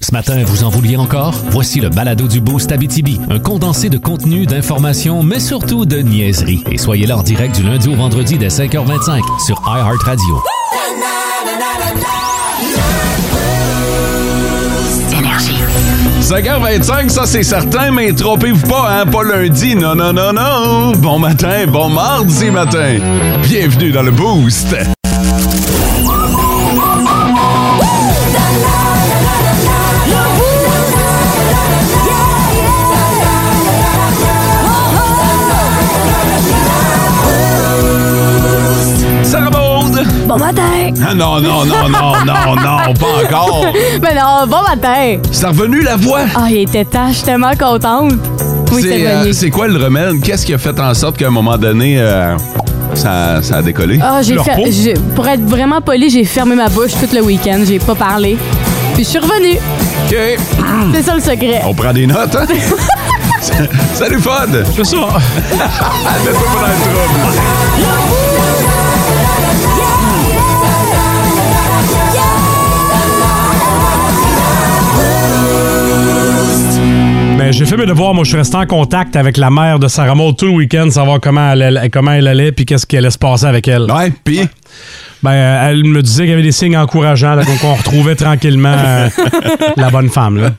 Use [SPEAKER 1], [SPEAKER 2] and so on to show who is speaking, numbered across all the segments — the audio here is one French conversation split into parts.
[SPEAKER 1] Ce matin, vous en vouliez encore? Voici le balado du Boost Abitibi, un condensé de contenu, d'informations, mais surtout de niaiseries. Et soyez là en direct du lundi au vendredi dès 5h25 sur iHeartRadio.
[SPEAKER 2] Énergie.
[SPEAKER 3] 5h25, ça c'est certain, mais trompez-vous pas, hein, pas lundi, non, non, non, non. Bon matin, bon mardi matin. Bienvenue dans le Boost. Sarah Maud.
[SPEAKER 4] Bon matin!
[SPEAKER 3] Ah non, non, non, non, non, non, pas encore.
[SPEAKER 4] Mais Ben non, bon matin!
[SPEAKER 3] C'est revenu la voix.
[SPEAKER 4] Ah, il était temps, je suis tellement contente! Oui, c'est
[SPEAKER 3] c'est, euh,
[SPEAKER 4] venu.
[SPEAKER 3] c'est quoi le remède? Qu'est-ce qui a fait en sorte qu'à un moment donné, euh, ça, ça a décollé?
[SPEAKER 4] Ah, j'ai
[SPEAKER 3] Leur
[SPEAKER 4] fer-
[SPEAKER 3] peau?
[SPEAKER 4] j'ai- Pour être vraiment poli, j'ai fermé ma bouche tout le week-end, j'ai pas parlé. Puis je suis revenue!
[SPEAKER 3] OK.
[SPEAKER 4] C'est ça le secret!
[SPEAKER 3] On prend des notes, hein? Salut, Fod!
[SPEAKER 5] C'est ça.
[SPEAKER 3] Mets-toi pas dans le trouble.
[SPEAKER 5] Mais Ben, j'ai fait mes devoirs. Moi, je suis resté en contact avec la mère de Sarah Maud tout le week-end, savoir comment elle, allait- comment elle allait puis qu'est-ce qui allait se passer avec elle.
[SPEAKER 3] Ouais, pis,
[SPEAKER 5] Ben, euh, elle me disait qu'il y avait des signes encourageants, là, qu'on qu'on retrouvait tranquillement euh, la bonne femme. Là.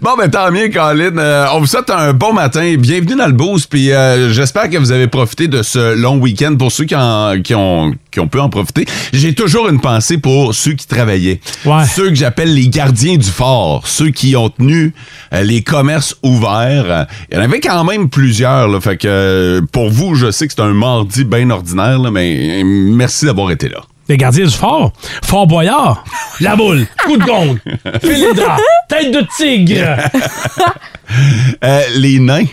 [SPEAKER 3] bon, ben tant mieux, Colin. Euh, on vous souhaite un bon matin. Bienvenue dans le boost. Puis, euh, j'espère que vous avez profité de ce long week-end pour ceux qui, en- qui ont, qui ont pu en profiter. J'ai toujours une pensée pour ceux qui travaillaient.
[SPEAKER 5] Ouais.
[SPEAKER 3] Ceux que j'appelle les gardiens du fort. Ceux qui ont tenu euh, les commerces ouverts. Il y en avait quand même plusieurs. Là, fait que euh, pour vous, je sais que c'est un mardi bien ordinaire, là, mais euh, merci d'avoir été là.
[SPEAKER 5] Les gardiens du fort. Fort Boyard. La boule. Coup de gong. Philidra. Tête de tigre.
[SPEAKER 3] Euh, les nains.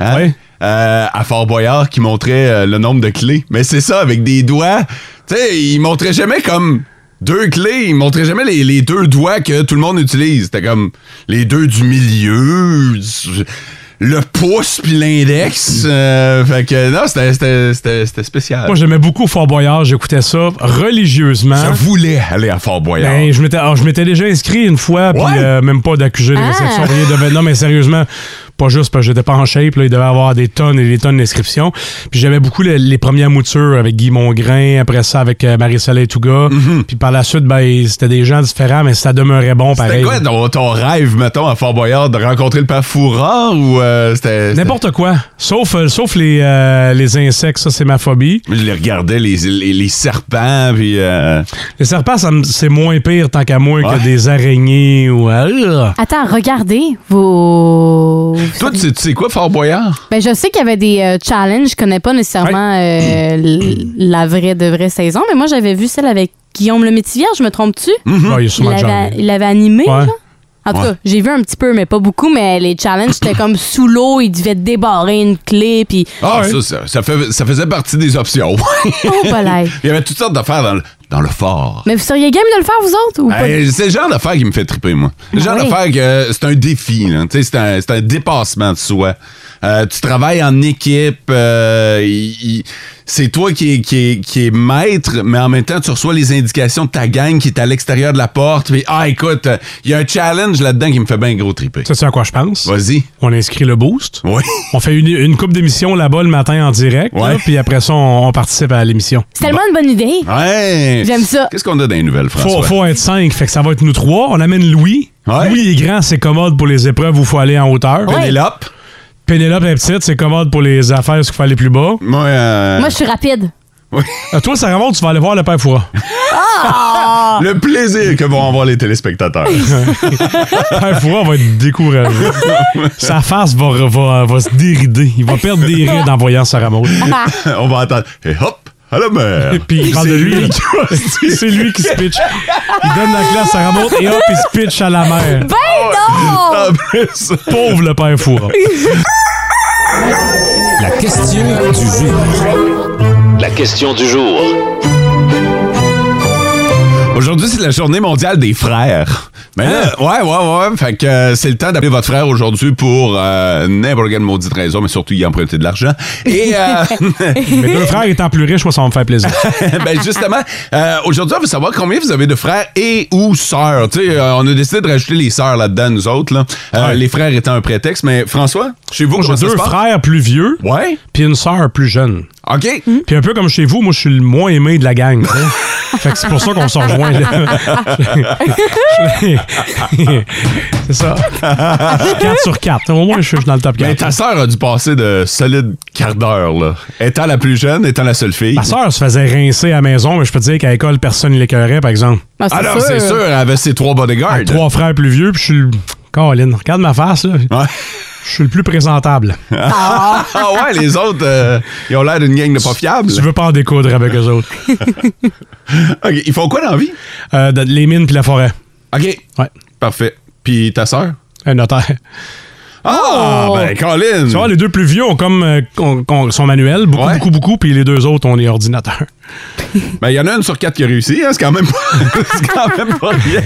[SPEAKER 3] hein,
[SPEAKER 5] Ouais.
[SPEAKER 3] euh, à Fort Boyard qui montraient euh, le nombre de clés. Mais c'est ça, avec des doigts. Tu sais, ils montraient jamais comme deux clés. Ils montraient jamais les, les deux doigts que tout le monde utilise. C'était comme les deux du milieu, du- le pouce puis l'index. Euh, fait que non, c'était- c'était c'était- c'était spécial.
[SPEAKER 5] Moi, j'aimais beaucoup Fort Boyard. J'écoutais ça religieusement.
[SPEAKER 3] je voulais aller à Fort Boyard.
[SPEAKER 5] Ben, je m'étais, alors, je m'étais déjà inscrit une fois, puis
[SPEAKER 3] Ouais?
[SPEAKER 5] euh, même pas d'accusé de
[SPEAKER 4] Ah!
[SPEAKER 5] réception. rien de- non, mais sérieusement, pas juste parce que j'étais pas en shape. Là, il devait avoir des tonnes et des tonnes d'inscriptions. Puis j'avais beaucoup les, les premières moutures avec Guy Mongrain, après ça avec euh, Marie-Soleil Touga.
[SPEAKER 3] Mm-hmm.
[SPEAKER 5] Puis par la suite, ben, c'était des gens différents, mais ça demeurait bon
[SPEAKER 3] c'était
[SPEAKER 5] pareil.
[SPEAKER 3] quoi ton, ton rêve, mettons, à Fort Boyard, de rencontrer le père Fourard ou euh, c'était... c'était-
[SPEAKER 5] N'importe quoi, sauf, euh, sauf les, euh, les insectes, ça c'est ma phobie.
[SPEAKER 3] Je les regardais, les, les, les serpents, puis... euh,
[SPEAKER 5] Les serpents, ça me- c'est moins pire tant qu'à moi
[SPEAKER 3] Ouais.
[SPEAKER 5] que des araignées ou... euh,
[SPEAKER 4] Attends, regardez vos.
[SPEAKER 3] Toi, tu sais, tu sais quoi, Fort Boyard?
[SPEAKER 4] Ben, je sais qu'il y avait des euh, challenges, je connais pas nécessairement euh, l- la vraie de vraie saison, mais moi j'avais vu celle avec Guillaume le Métivier, je me trompe-tu?
[SPEAKER 3] Mm-hmm.
[SPEAKER 5] ouais, il est
[SPEAKER 4] Il
[SPEAKER 5] sûrement
[SPEAKER 4] l'avait
[SPEAKER 5] jungle.
[SPEAKER 4] il l'avait animé,
[SPEAKER 5] Ouais.
[SPEAKER 4] là? En tout
[SPEAKER 3] Ouais.
[SPEAKER 4] cas, j'ai vu un petit peu, mais pas beaucoup, mais les challenges, c'était comme sous l'eau, ils devaient débarrer une clé, puis...
[SPEAKER 3] Ah, ça, ça, ça fait- ça faisait partie des options.
[SPEAKER 4] Oh, palais.
[SPEAKER 3] Il y avait toutes sortes d'affaires dans le, dans le fort.
[SPEAKER 4] Mais vous seriez game de le faire, vous autres, ou pas?
[SPEAKER 3] Hey, c'est le genre d'affaire qui me fait triper, moi. Le genre
[SPEAKER 4] Ah oui.
[SPEAKER 3] d'affaire que euh, c'est un défi, là. Tu sais, c'est un, c'est un dépassement de soi. Euh, tu travailles en équipe, euh, il- il- c'est toi qui est, qui, est- qui est maître, mais en même temps, tu reçois les indications de ta gang qui est à l'extérieur de la porte. Puis, ah, écoute, euh, il y a un challenge là-dedans qui me fait bien gros triper.
[SPEAKER 5] Ça, c'est à quoi je pense.
[SPEAKER 3] Vas-y.
[SPEAKER 5] On inscrit le boost.
[SPEAKER 3] Oui.
[SPEAKER 5] On fait une, une coupe d'émissions là-bas le matin en direct.
[SPEAKER 3] Ouais.
[SPEAKER 5] là, puis après ça, on, on participe à l'émission.
[SPEAKER 4] C'est tellement une bonne idée.
[SPEAKER 3] Ouais.
[SPEAKER 4] J'aime ça.
[SPEAKER 3] Qu'est-ce qu'on a dans les nouvelles, François?
[SPEAKER 5] Faut, faut être cinq, fait que ça va être nous trois. On amène Louis.
[SPEAKER 3] Ouais.
[SPEAKER 5] Louis est grand, c'est commode pour les épreuves où il faut aller en hauteur.
[SPEAKER 3] Pénélope.
[SPEAKER 5] Pénélope est petite, c'est commode pour les affaires où il faut aller plus bas.
[SPEAKER 3] Moi, euh,
[SPEAKER 4] Moi, je suis rapide.
[SPEAKER 5] Euh, toi, Sarah Maud, tu vas aller voir le père Foura.
[SPEAKER 4] Ah.
[SPEAKER 3] le plaisir que vont avoir les téléspectateurs.
[SPEAKER 5] Le père Foura va être découragé. Sa face va, re- va- va se dérider. Il va perdre des rides en voyant Sarah Maud.
[SPEAKER 3] On va entendre. Et hop, à la mer.
[SPEAKER 5] Puis il parle de lui.
[SPEAKER 3] C'est qui-
[SPEAKER 5] c'est lui qui se pitch. Il donne la classe à Sarah Maud et hop, il se pitch à la mer.
[SPEAKER 4] Non!
[SPEAKER 3] En plus.
[SPEAKER 5] Pauvre le père Foura.
[SPEAKER 1] La question du jour.
[SPEAKER 6] La question du jour.
[SPEAKER 3] Aujourd'hui, c'est la journée mondiale des frères. Mais là,
[SPEAKER 4] Ah.
[SPEAKER 3] ouais, ouais, ouais. Fait que euh, c'est le temps d'appeler votre frère aujourd'hui pour euh, n'importe quelle maudite raison, mais surtout y emprunter de l'argent. Et euh,
[SPEAKER 5] Mes deux frères étant plus riches, moi, ça va me faire plaisir.
[SPEAKER 3] ben justement, euh, aujourd'hui, on veut savoir combien vous avez de frères et ou sœurs. Tu sais, euh, on a décidé de rajouter les sœurs là-dedans, nous autres. Là. Euh,
[SPEAKER 5] Ouais.
[SPEAKER 3] Les frères étant un prétexte. Mais François, chez vous,
[SPEAKER 5] Moi,
[SPEAKER 3] comment
[SPEAKER 5] J'ai
[SPEAKER 3] ça se
[SPEAKER 5] deux
[SPEAKER 3] passe?
[SPEAKER 5] frères plus vieux,
[SPEAKER 3] Ouais.
[SPEAKER 5] puis une sœur plus jeune.
[SPEAKER 3] OK.
[SPEAKER 5] Puis un peu comme chez vous, moi, je suis le moins aimé de la gang. tu sais. fait que c'est pour ça qu'on se rejoint. là. c'est ça. 4 sur 4. Au moins, je suis je suis dans le top
[SPEAKER 3] Mais
[SPEAKER 5] 4.
[SPEAKER 3] ta sœur a dû passer de solides quart d'heure, là. Étant la plus jeune, étant la seule fille.
[SPEAKER 5] Ma sœur se faisait rincer à la maison, mais je peux te dire qu'à l'école, personne ne l'écœurait, par exemple.
[SPEAKER 4] Ah, c'est
[SPEAKER 3] Alors,
[SPEAKER 4] sûr.
[SPEAKER 3] c'est sûr, elle avait ses trois bodyguards.
[SPEAKER 5] Trois frères plus vieux, puis je suis le... Caroline, regarde ma face, là.
[SPEAKER 3] Ouais.
[SPEAKER 5] Je suis le plus présentable.
[SPEAKER 3] Ah ouais, les autres, euh, ils ont l'air d'une gang de pas fiables.
[SPEAKER 5] Tu veux pas en découdre avec eux autres.
[SPEAKER 3] OK, Ils font quoi dans la vie?
[SPEAKER 5] Euh, de- les mines puis la forêt.
[SPEAKER 3] OK.
[SPEAKER 5] Ouais.
[SPEAKER 3] Parfait. Puis ta sœur?
[SPEAKER 5] Un notaire.
[SPEAKER 3] Ah,
[SPEAKER 4] Oh!
[SPEAKER 3] ben, Colin!
[SPEAKER 5] Tu vois, les deux plus vieux ont comme euh, qu'on- qu'on- son manuel, beaucoup,
[SPEAKER 3] Ouais.
[SPEAKER 5] beaucoup, beaucoup, puis les deux autres ont les ordinateurs.
[SPEAKER 3] Ben, il y en a une sur quatre qui a réussi, hein? C'est quand même pas, c'est quand même pas bien.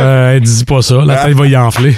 [SPEAKER 5] Euh, dis pas ça,
[SPEAKER 3] Ah.
[SPEAKER 5] la tête va y enfler.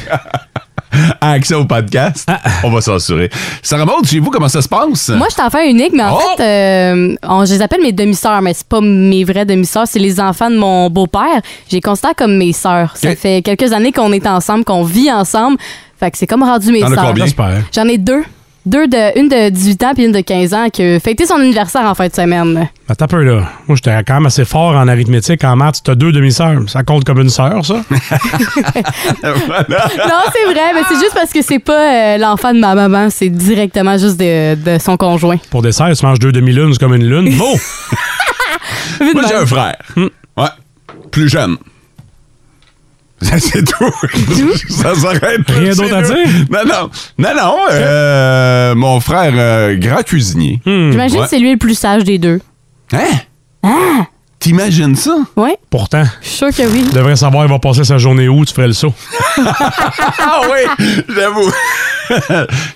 [SPEAKER 3] Accès au podcast.
[SPEAKER 5] Ah.
[SPEAKER 3] On va censurer. Ça remonte chez vous, comment ça se passe?
[SPEAKER 4] Moi, je suis enfant unique, mais en
[SPEAKER 3] Oh!
[SPEAKER 4] fait, euh, on- je les appelle mes demi-sœurs, mais c'est pas mes vraies demi-sœurs, c'est les enfants de mon beau-père. Je les considère comme mes sœurs. Ça
[SPEAKER 3] Ok.
[SPEAKER 4] fait quelques années qu'on est ensemble, qu'on vit ensemble. Fait que c'est comme rendu mes
[SPEAKER 3] T'en as
[SPEAKER 4] sœurs.
[SPEAKER 3] combien?
[SPEAKER 5] J'espère.
[SPEAKER 4] J'en ai deux. Deux de, une de 18 ans puis une de 15 ans qui a fêté son anniversaire en fin de semaine.
[SPEAKER 5] Attends un peu, là. Moi, j'étais quand même assez fort en arithmétique, en maths. T'as deux demi-sœurs. Ça compte comme une sœur, ça?
[SPEAKER 3] Voilà.
[SPEAKER 4] Non, c'est vrai, mais c'est juste parce que c'est pas euh, l'enfant de ma maman, c'est directement juste de, de son conjoint.
[SPEAKER 5] Pour dessert, tu manges deux demi-lunes, c'est comme une lune. Bon!
[SPEAKER 4] Vu de
[SPEAKER 3] Moi, j'ai
[SPEAKER 4] même.
[SPEAKER 3] un frère.
[SPEAKER 5] Hmm.
[SPEAKER 3] Ouais. Plus jeune. Ça, C'est tout. ça s'arrête. là,
[SPEAKER 5] Rien
[SPEAKER 3] c'est
[SPEAKER 5] d'autre à
[SPEAKER 3] nul.
[SPEAKER 5] dire?
[SPEAKER 3] Non, non. Non, non. euh, mon frère, euh, grand cuisinier.
[SPEAKER 5] Hmm.
[SPEAKER 4] J'imagine
[SPEAKER 3] Ouais.
[SPEAKER 4] que c'est lui le plus sage des deux. Ah!
[SPEAKER 3] Hein? T'imagines ça?
[SPEAKER 4] Ouais,
[SPEAKER 5] Pourtant,
[SPEAKER 4] je suis sûre que oui.
[SPEAKER 5] tu devrais savoir, il va passer sa journée où, tu ferais le saut.
[SPEAKER 3] Ah oui, j'avoue.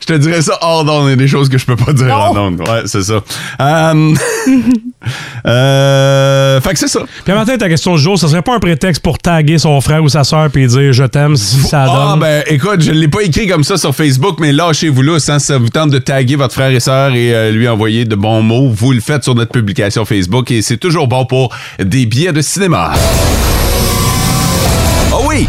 [SPEAKER 3] je te dirais ça hors d'onde. Il y a des choses que je peux pas dire hors d'onde. Ouais, c'est ça. Euh, euh, fait que c'est ça.
[SPEAKER 5] Puis à matin, ta question du jour, ça serait pas un prétexte pour taguer son frère ou sa sœur puis dire je t'aime si ça donne.
[SPEAKER 3] Ah ben écoute, je l'ai pas écrit comme ça sur Facebook, mais lâchez-vous là, sans ça vous tente de taguer votre frère et sœur et euh, lui envoyer de bons mots, vous le faites sur notre publication Facebook et c'est toujours bon pour des billets de cinéma. Oh oui!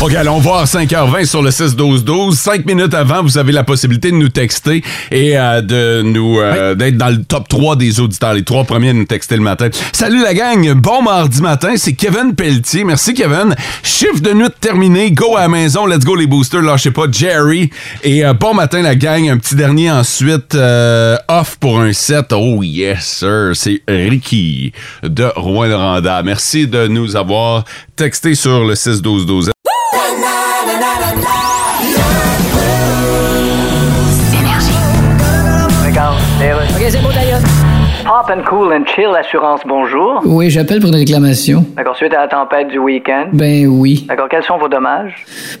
[SPEAKER 3] OK, allons voir 5h20 sur le 6-12-12. Cinq minutes avant, vous avez la possibilité de nous texter et euh, de nous euh, d'être dans le top 3 des auditeurs. Les trois premiers à nous texter le matin. Salut la gang, bon mardi matin, c'est Kevin Pelletier. Merci Kevin. Chiffre de nuit terminé, go à la maison, let's go les boosters, lâchez pas Jerry. Et euh, bon matin la gang, un petit dernier ensuite euh, off pour un set. Oh yes sir, c'est Ricky de Rouen-Noranda. Merci de nous avoir texté sur le 6-12-12.
[SPEAKER 2] OK, c'est bon, d'ailleurs.
[SPEAKER 7] Pop and Cool and Chill Assurance, bonjour.
[SPEAKER 8] Oui, j'appelle pour une réclamation.
[SPEAKER 7] D'accord, suite à la tempête du week-end.
[SPEAKER 8] Ben oui.
[SPEAKER 7] D'accord, quels sont vos dommages?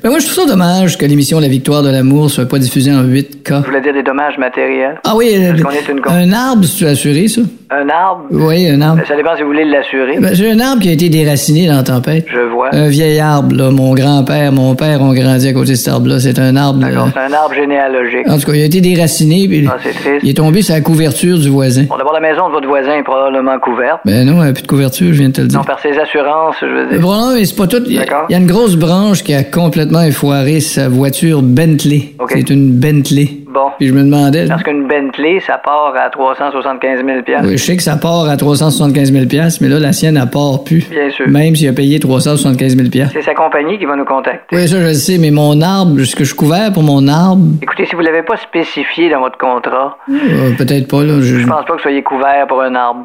[SPEAKER 8] Ben moi, je trouve ça dommage que l'émission La Victoire de l'amour soit pas diffusée en 8K.
[SPEAKER 7] Je voulais dire des dommages matériels.
[SPEAKER 8] Ah oui, euh,
[SPEAKER 7] Parce qu'on est une con-
[SPEAKER 8] un arbre, tu as assuré ça?
[SPEAKER 7] Un arbre?
[SPEAKER 8] Oui, un arbre.
[SPEAKER 7] Ben, Ça dépend si vous voulez l'assurer.
[SPEAKER 8] Ben, c'est un arbre qui a été déraciné dans la tempête.
[SPEAKER 7] Je vois.
[SPEAKER 8] Un vieil arbre, là. Mon grand-père, mon père ont grandi à côté de cet arbre-là. C'est un arbre.
[SPEAKER 7] D'accord,
[SPEAKER 8] là.
[SPEAKER 7] c'est un arbre généalogique.
[SPEAKER 8] En tout cas, il a été déraciné, puis
[SPEAKER 7] Ah, c'est triste.
[SPEAKER 8] il est tombé sur la couverture du voisin.
[SPEAKER 7] Bon, d'abord, la maison de votre voisin est probablement couverte.
[SPEAKER 8] Ben non, il n'y a plus de couverture, je viens de te le dire.
[SPEAKER 7] Non, par ses assurances, je veux
[SPEAKER 8] Le
[SPEAKER 7] dire.
[SPEAKER 8] problème, mais c'est pas tout. Il y, a-
[SPEAKER 7] D'accord.
[SPEAKER 8] il y a une grosse branche qui a complètement effoiré sa voiture Bentley.
[SPEAKER 7] OK.
[SPEAKER 8] C'est une Bentley.
[SPEAKER 7] Bon.
[SPEAKER 8] Puis je me demandais.
[SPEAKER 7] Parce qu'une Bentley, ça part à 375 000
[SPEAKER 8] Oui, je sais que ça part à 375 000 mais là, la sienne, elle part plus.
[SPEAKER 7] Bien sûr.
[SPEAKER 8] Même s'il a payé 375 000
[SPEAKER 7] C'est sa compagnie qui va nous contacter.
[SPEAKER 8] Oui, ça, je le sais, mais mon arbre, ce que je suis couvert pour mon arbre,
[SPEAKER 7] Écoutez, si vous ne l'avez pas spécifié dans votre contrat,
[SPEAKER 8] euh, peut-être pas, là. Je...
[SPEAKER 7] je pense pas que vous soyez couvert pour un arbre.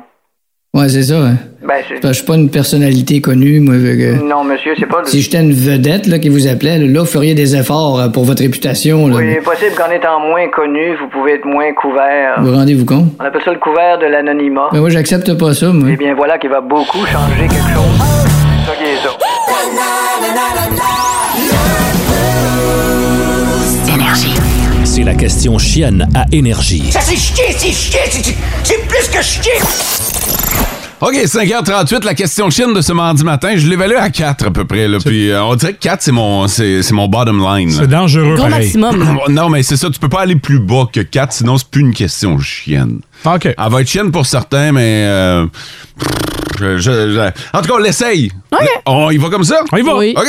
[SPEAKER 8] Ouais, c'est ça. hein.
[SPEAKER 7] Ben, c'est-
[SPEAKER 8] Parce que Je suis pas une personnalité connue, moi. fait que-
[SPEAKER 7] Non, monsieur, c'est pas...
[SPEAKER 8] Si j'étais une vedette, là, qui vous appelait, là, vous feriez des efforts euh, pour votre réputation, là.
[SPEAKER 7] Oui, il est possible qu'en étant moins connu, vous pouvez être moins couvert.
[SPEAKER 8] Vous rendez-vous compte?
[SPEAKER 7] On appelle ça le couvert de l'anonymat.
[SPEAKER 8] Mais moi, j'accepte pas ça, moi.
[SPEAKER 7] Eh bien voilà qui va beaucoup changer quelque chose. Ça qui est ça.
[SPEAKER 1] C'est la question chienne à énergie.
[SPEAKER 9] Ça c'est chier, c'est chier, c'est chier, c'est plus que chier.
[SPEAKER 3] OK, 5h38, la question chine de ce mardi matin. Je l'évalue à 4 à peu près. Là. Puis euh, on dirait que 4, c'est mon, c'est, c'est mon bottom line. là.
[SPEAKER 5] C'est dangereux,
[SPEAKER 4] Gros
[SPEAKER 5] pareil.
[SPEAKER 4] maximum.
[SPEAKER 3] non, mais c'est ça, tu peux pas aller plus bas que 4, sinon c'est plus une question chienne.
[SPEAKER 5] Ah, OK.
[SPEAKER 3] Elle va être chienne pour certains, mais... euh, je- je- je- En tout cas, on l'essaye.
[SPEAKER 4] OK.
[SPEAKER 3] On y va comme ça?
[SPEAKER 5] On y va.
[SPEAKER 4] Oui.
[SPEAKER 3] OK.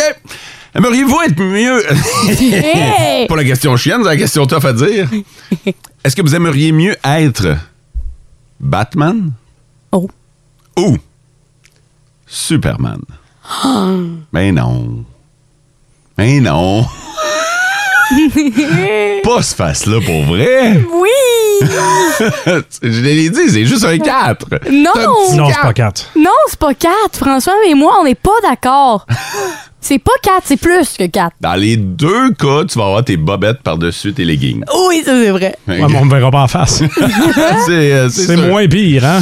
[SPEAKER 3] Aimeriez-vous être mieux...
[SPEAKER 4] Hey!
[SPEAKER 3] Pas la question chienne, c'est la question tough à dire. Est-ce que vous aimeriez mieux être Batman
[SPEAKER 4] Oh.
[SPEAKER 3] ou Superman? Mais non. Mais non. Pas ce face-là pour vrai.
[SPEAKER 4] Oui!
[SPEAKER 3] Je l'ai dit, c'est juste un 4.
[SPEAKER 4] Non!
[SPEAKER 5] Non, c'est pas 4.
[SPEAKER 4] Non, c'est pas 4. François et moi, on n'est pas d'accord. C'est pas 4, c'est plus que 4.
[SPEAKER 3] Dans les deux cas, tu vas avoir tes bobettes par-dessus tes leggings.
[SPEAKER 4] Oui, ça, c'est vrai.
[SPEAKER 5] Ah, on me verra pas en face.
[SPEAKER 3] c'est euh, c'est
[SPEAKER 5] c'est
[SPEAKER 3] sûr.
[SPEAKER 5] moins pire, hein?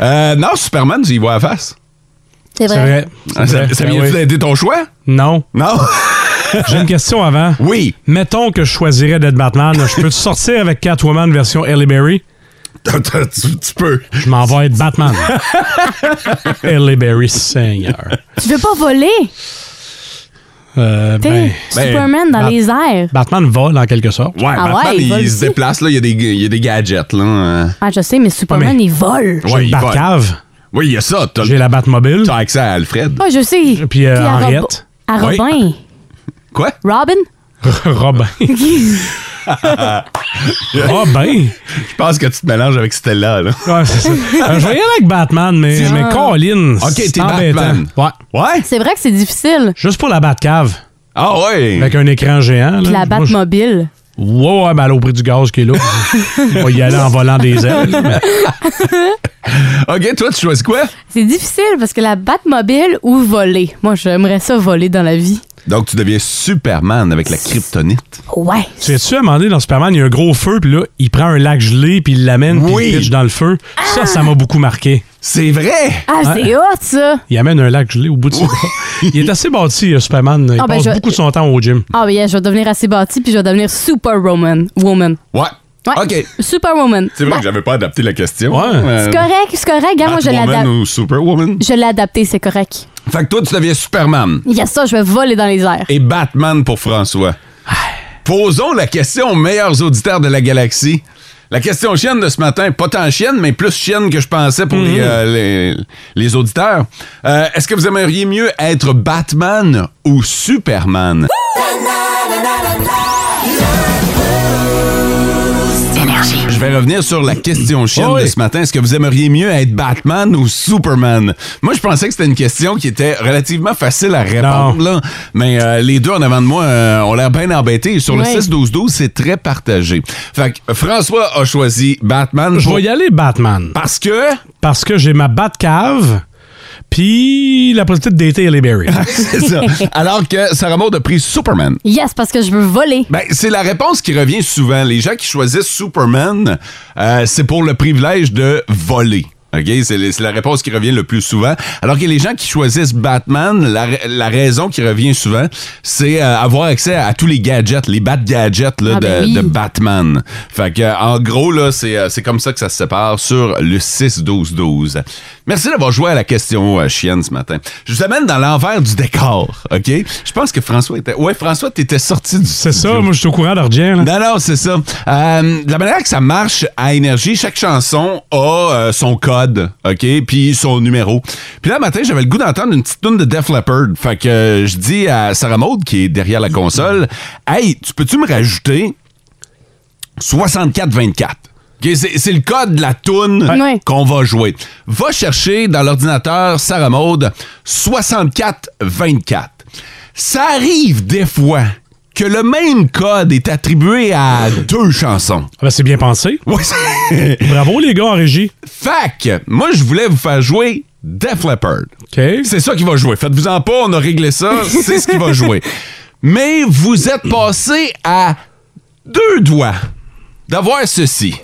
[SPEAKER 3] Euh, non, Superman, tu y vois la face.
[SPEAKER 4] C'est
[SPEAKER 5] C'est vrai.
[SPEAKER 3] Ça,
[SPEAKER 5] C'est vrai.
[SPEAKER 3] ça
[SPEAKER 5] Ben
[SPEAKER 3] vient-tu
[SPEAKER 5] oui.
[SPEAKER 3] d'aider ton choix?
[SPEAKER 5] Non.
[SPEAKER 3] Non?
[SPEAKER 5] J'ai une question avant.
[SPEAKER 3] Oui.
[SPEAKER 5] Mettons que je choisirais d'être Batman. Je peux te sortir avec Catwoman version Ellie Berry?
[SPEAKER 3] T'as- t'as- tu, tu peux.
[SPEAKER 5] Je m'en vais être Batman. Ellie Berry, Seigneur.
[SPEAKER 4] Tu veux pas voler?
[SPEAKER 5] Euh,
[SPEAKER 4] T'es
[SPEAKER 5] ben,
[SPEAKER 4] Superman dans
[SPEAKER 5] Bat-
[SPEAKER 4] les airs.
[SPEAKER 5] Batman vole en quelque sorte.
[SPEAKER 3] Ouais,
[SPEAKER 4] Ah
[SPEAKER 3] Batman,
[SPEAKER 4] ouais, il
[SPEAKER 3] il,
[SPEAKER 4] vole
[SPEAKER 3] se
[SPEAKER 4] aussi.
[SPEAKER 3] déplace, là. Il y a des, il y a des gadgets, là. Euh,
[SPEAKER 4] Ah, je sais, mais Superman,
[SPEAKER 5] Ouais, mais-
[SPEAKER 4] il vole.
[SPEAKER 5] J'ai
[SPEAKER 3] Ouais,
[SPEAKER 5] une
[SPEAKER 3] il vole.
[SPEAKER 5] Batcave.
[SPEAKER 3] Oui, il y a ça. T'as
[SPEAKER 5] J'ai la Batmobile.
[SPEAKER 3] t'as accès à Alfred.
[SPEAKER 4] Ah, je sais.
[SPEAKER 5] Puis, euh,
[SPEAKER 4] à Rob-
[SPEAKER 5] Henriette.
[SPEAKER 4] À
[SPEAKER 3] Ouais.
[SPEAKER 4] Robin.
[SPEAKER 3] Quoi?
[SPEAKER 4] Robin?
[SPEAKER 5] Robin. Robin?
[SPEAKER 3] Je pense que tu te mélanges avec Stella, là.
[SPEAKER 5] Ouais, c'est ça. Euh, je vais y aller avec Batman, mais, mais Colin,
[SPEAKER 3] Ok,
[SPEAKER 5] c'est
[SPEAKER 3] t'es
[SPEAKER 5] embêtant.
[SPEAKER 3] Batman.
[SPEAKER 5] Ouais.
[SPEAKER 3] Ouais?
[SPEAKER 4] C'est vrai que c'est difficile.
[SPEAKER 5] Juste pour la Batcave,
[SPEAKER 3] Ah ouais!
[SPEAKER 5] avec un écran géant.
[SPEAKER 4] Puis
[SPEAKER 5] là.
[SPEAKER 4] la
[SPEAKER 5] Moi, je-
[SPEAKER 4] Batmobile.
[SPEAKER 5] Ouais, ouais, ben, au prix du gaz qui est là. On va y aller en volant des ailes. mais-
[SPEAKER 3] Ok, toi, tu choisis quoi?
[SPEAKER 4] C'est difficile parce que la Batmobile ou voler. Moi, j'aimerais ça voler dans la vie.
[SPEAKER 3] Donc, tu deviens Superman avec la kryptonite.
[SPEAKER 4] Ouais.
[SPEAKER 5] Tu as-tu demandé dans Superman, il y a un gros feu, puis là, il prend un lac gelé, puis il l'amène, puis
[SPEAKER 3] Oui.
[SPEAKER 5] il pitch dans le feu. Ça, ça m'a beaucoup marqué.
[SPEAKER 3] C'est vrai!
[SPEAKER 4] Ah, c'est hot, ça.
[SPEAKER 5] Il amène un lac gelé au bout de son Il est assez bâti, euh, Superman. Il
[SPEAKER 4] Ah, ben,
[SPEAKER 5] passe
[SPEAKER 4] je-
[SPEAKER 5] beaucoup de son temps au gym.
[SPEAKER 4] Ah, oui, je vais devenir assez bâti puis je vais devenir Super Woman. Woman.
[SPEAKER 3] Ouais.
[SPEAKER 4] Ouais.
[SPEAKER 3] Ok.
[SPEAKER 4] Superwoman. Bah,
[SPEAKER 3] C'est vrai que j'avais pas adapté la question.
[SPEAKER 5] Ouais.
[SPEAKER 3] Euh,
[SPEAKER 4] C'est correct, c'est correct. Regarde, moi, je l'ai
[SPEAKER 3] Batwoman
[SPEAKER 4] adap-
[SPEAKER 3] ou Superwoman?
[SPEAKER 4] je l'ai adapté, c'est correct.
[SPEAKER 3] Fait que toi, tu deviens Superman.
[SPEAKER 4] Il y a ça, je vais voler dans les airs.
[SPEAKER 3] et Batman pour François. Posons la question aux meilleurs auditeurs de la galaxie. La question chienne de ce matin, pas tant chienne, mais plus chienne que je pensais pour les, euh, les, les auditeurs. Euh, Est-ce que vous aimeriez mieux être Batman ou Superman? Je vais revenir sur la question chienne
[SPEAKER 5] Oui.
[SPEAKER 3] de ce matin. Est-ce que vous aimeriez mieux être Batman ou Superman? Moi, je pensais que c'était une question qui était relativement facile à répondre. là. Mais euh, les deux en avant de moi euh, ont l'air bien embêtés. Sur
[SPEAKER 4] Oui.
[SPEAKER 3] le 6-12-12, c'est très partagé. Fait que François a choisi Batman
[SPEAKER 5] Je
[SPEAKER 3] pour-
[SPEAKER 5] vais y aller, Batman.
[SPEAKER 3] parce que...
[SPEAKER 5] parce que j'ai ma Batcave, puis la possibilité de dater Ellie Berry.
[SPEAKER 3] C'est ça. Alors que Sarah Maud a pris Superman.
[SPEAKER 4] Yes, parce que je veux voler.
[SPEAKER 3] Ben, c'est la réponse qui revient souvent. Les gens qui choisissent Superman, euh, c'est pour le privilège de voler. OK? C'est le- c'est la réponse qui revient le plus souvent. Alors que les gens qui choisissent Batman, la, ra- la raison qui revient souvent, c'est euh, avoir accès à tous les gadgets, les bat gadgets là,
[SPEAKER 4] Ah,
[SPEAKER 3] de,
[SPEAKER 4] ben oui.
[SPEAKER 3] de Batman. Fait que, euh, en gros, là, c'est euh, c'est comme ça que ça se sépare sur le 6-12-12. Merci d'avoir joué à la question euh, chienne ce matin. Je vous amène dans l'envers du décor, OK? Je pense que François était... Ouais, François, t'étais sorti du
[SPEAKER 5] C'est ça, moi je suis au courant d'Argent. là.
[SPEAKER 3] non, non, c'est ça. Euh, la manière que ça marche à Énergie, chaque chanson a euh, son code, OK? Puis son numéro. Puis là, le matin, j'avais le goût d'entendre une petite tune de Def Leppard. Fait que euh, je dis à Sarah Maud, qui est derrière la console, « Hey, tu peux-tu me rajouter 64-24? OK, c'est c'est le code de la toune
[SPEAKER 4] Ouais.
[SPEAKER 3] qu'on va jouer. Va chercher dans l'ordinateur Sarah Maud 64-24. Ça arrive des fois que le même code est attribué à deux chansons.
[SPEAKER 5] Ah ben, c'est bien pensé.
[SPEAKER 3] Ouais, c'est-
[SPEAKER 5] Bravo les gars en régie.
[SPEAKER 3] fait que, moi, je voulais vous faire jouer Def Leppard.
[SPEAKER 5] OK.
[SPEAKER 3] C'est ça qui va jouer. Faites-vous-en pas, on a réglé ça, c'est ce qui va jouer. Mais vous êtes passé à deux doigts d'avoir ceci.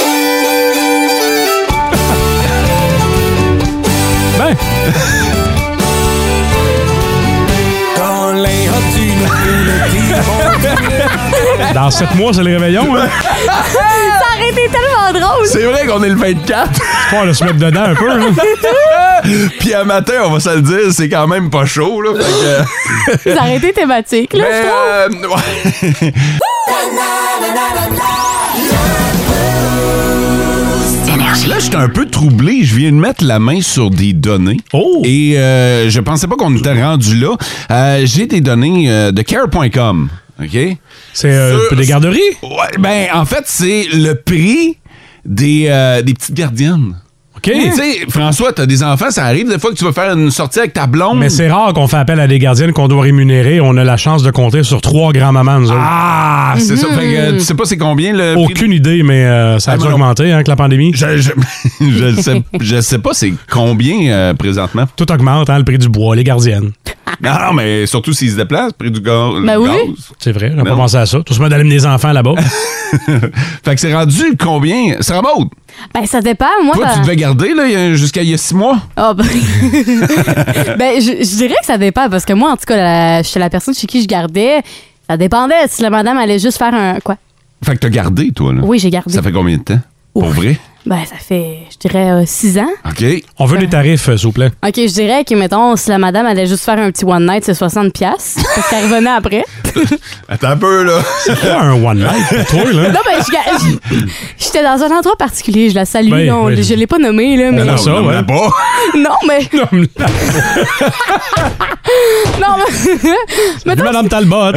[SPEAKER 5] Ben, dans sept mois, c'est le réveillon. Hein?
[SPEAKER 4] ça aurait été tellement drôle.
[SPEAKER 3] C'est vrai qu'on est le 24.
[SPEAKER 5] C'est pas de se mettre dedans un peu. hein?
[SPEAKER 3] Puis à matin, on va se le dire, c'est quand même pas chaud, là. Fait que-
[SPEAKER 4] Ça aurait été thématique, là, je
[SPEAKER 3] Mais,
[SPEAKER 4] trouve.
[SPEAKER 3] euh, ouais. Là, j'étais un peu troublé. Je viens de mettre la main sur des données.
[SPEAKER 5] Oh!
[SPEAKER 3] Et euh, je pensais pas qu'on était rendu là. Euh, J'ai des données euh, de care.com. OK?
[SPEAKER 5] C'est euh,
[SPEAKER 3] Sur-
[SPEAKER 5] des garderies?
[SPEAKER 3] Ouais, ben, en fait, c'est le prix des, euh, des petites gardiennes.
[SPEAKER 5] OK.
[SPEAKER 3] Tu sais, François, t'as des enfants, ça arrive des fois que tu vas faire une sortie avec ta blonde.
[SPEAKER 5] Mais c'est rare qu'on fait appel à des gardiennes qu'on doit rémunérer. On a la chance de compter sur trois grands-mamans, nous autres.
[SPEAKER 3] Ah, c'est ça. Fait
[SPEAKER 4] Mhm.
[SPEAKER 3] que, tu sais pas c'est combien le prix
[SPEAKER 5] Aucune idée, mais euh, ça a
[SPEAKER 3] Ah,
[SPEAKER 5] dû
[SPEAKER 3] mais non.
[SPEAKER 5] augmenter hein, avec la pandémie.
[SPEAKER 3] Je, je, je le sais, je sais pas c'est combien euh, présentement.
[SPEAKER 5] Tout augmente, hein, le prix du bois, les gardiennes.
[SPEAKER 3] Non, non, mais surtout s'ils se déplacent, près du ga-
[SPEAKER 4] Ben oui.
[SPEAKER 3] gaz.
[SPEAKER 5] C'est vrai, on a
[SPEAKER 3] Non.
[SPEAKER 5] pas pensé à ça. Tout se met d'aller des enfants là-bas.
[SPEAKER 3] Fait que c'est rendu combien? C'est remonte.
[SPEAKER 4] Ben, ça dépend, moi.
[SPEAKER 3] Toi,
[SPEAKER 4] dans-
[SPEAKER 3] tu devais garder là, il y a- jusqu'à il y a six mois.
[SPEAKER 4] Ah, ben, Ben, je, je dirais que ça dépend parce que moi, en tout cas, la, chez la personne chez qui je gardais, ça dépendait si la madame allait juste faire un. Quoi?
[SPEAKER 3] Fait que t'as gardé, toi, là.
[SPEAKER 4] Oui, j'ai gardé.
[SPEAKER 3] Ça fait combien de temps? Pour
[SPEAKER 4] Ouf.
[SPEAKER 3] vrai?
[SPEAKER 4] Ben, ça fait, je dirais, euh, six ans.
[SPEAKER 3] OK.
[SPEAKER 5] On veut des tarifs, euh, s'il vous plaît.
[SPEAKER 4] OK, je dirais que, mettons, si la madame allait juste faire un petit one night, c'est 60$. piastres, Parce qu'elle revenait après.
[SPEAKER 3] Attends un peu, là.
[SPEAKER 5] Pas un one night pour toi, là.
[SPEAKER 4] Non, ben, je ga- je- j'étais dans un endroit particulier. Je la salue.
[SPEAKER 5] Oui,
[SPEAKER 4] là, on-
[SPEAKER 5] oui.
[SPEAKER 4] Je l'ai pas nommé, là, mais.
[SPEAKER 5] non, ça,
[SPEAKER 3] on
[SPEAKER 5] ouais.
[SPEAKER 3] l'a pas.
[SPEAKER 4] Non, mais.
[SPEAKER 5] Comme la-
[SPEAKER 4] Non, mais.
[SPEAKER 5] Salut, Madame Talbot.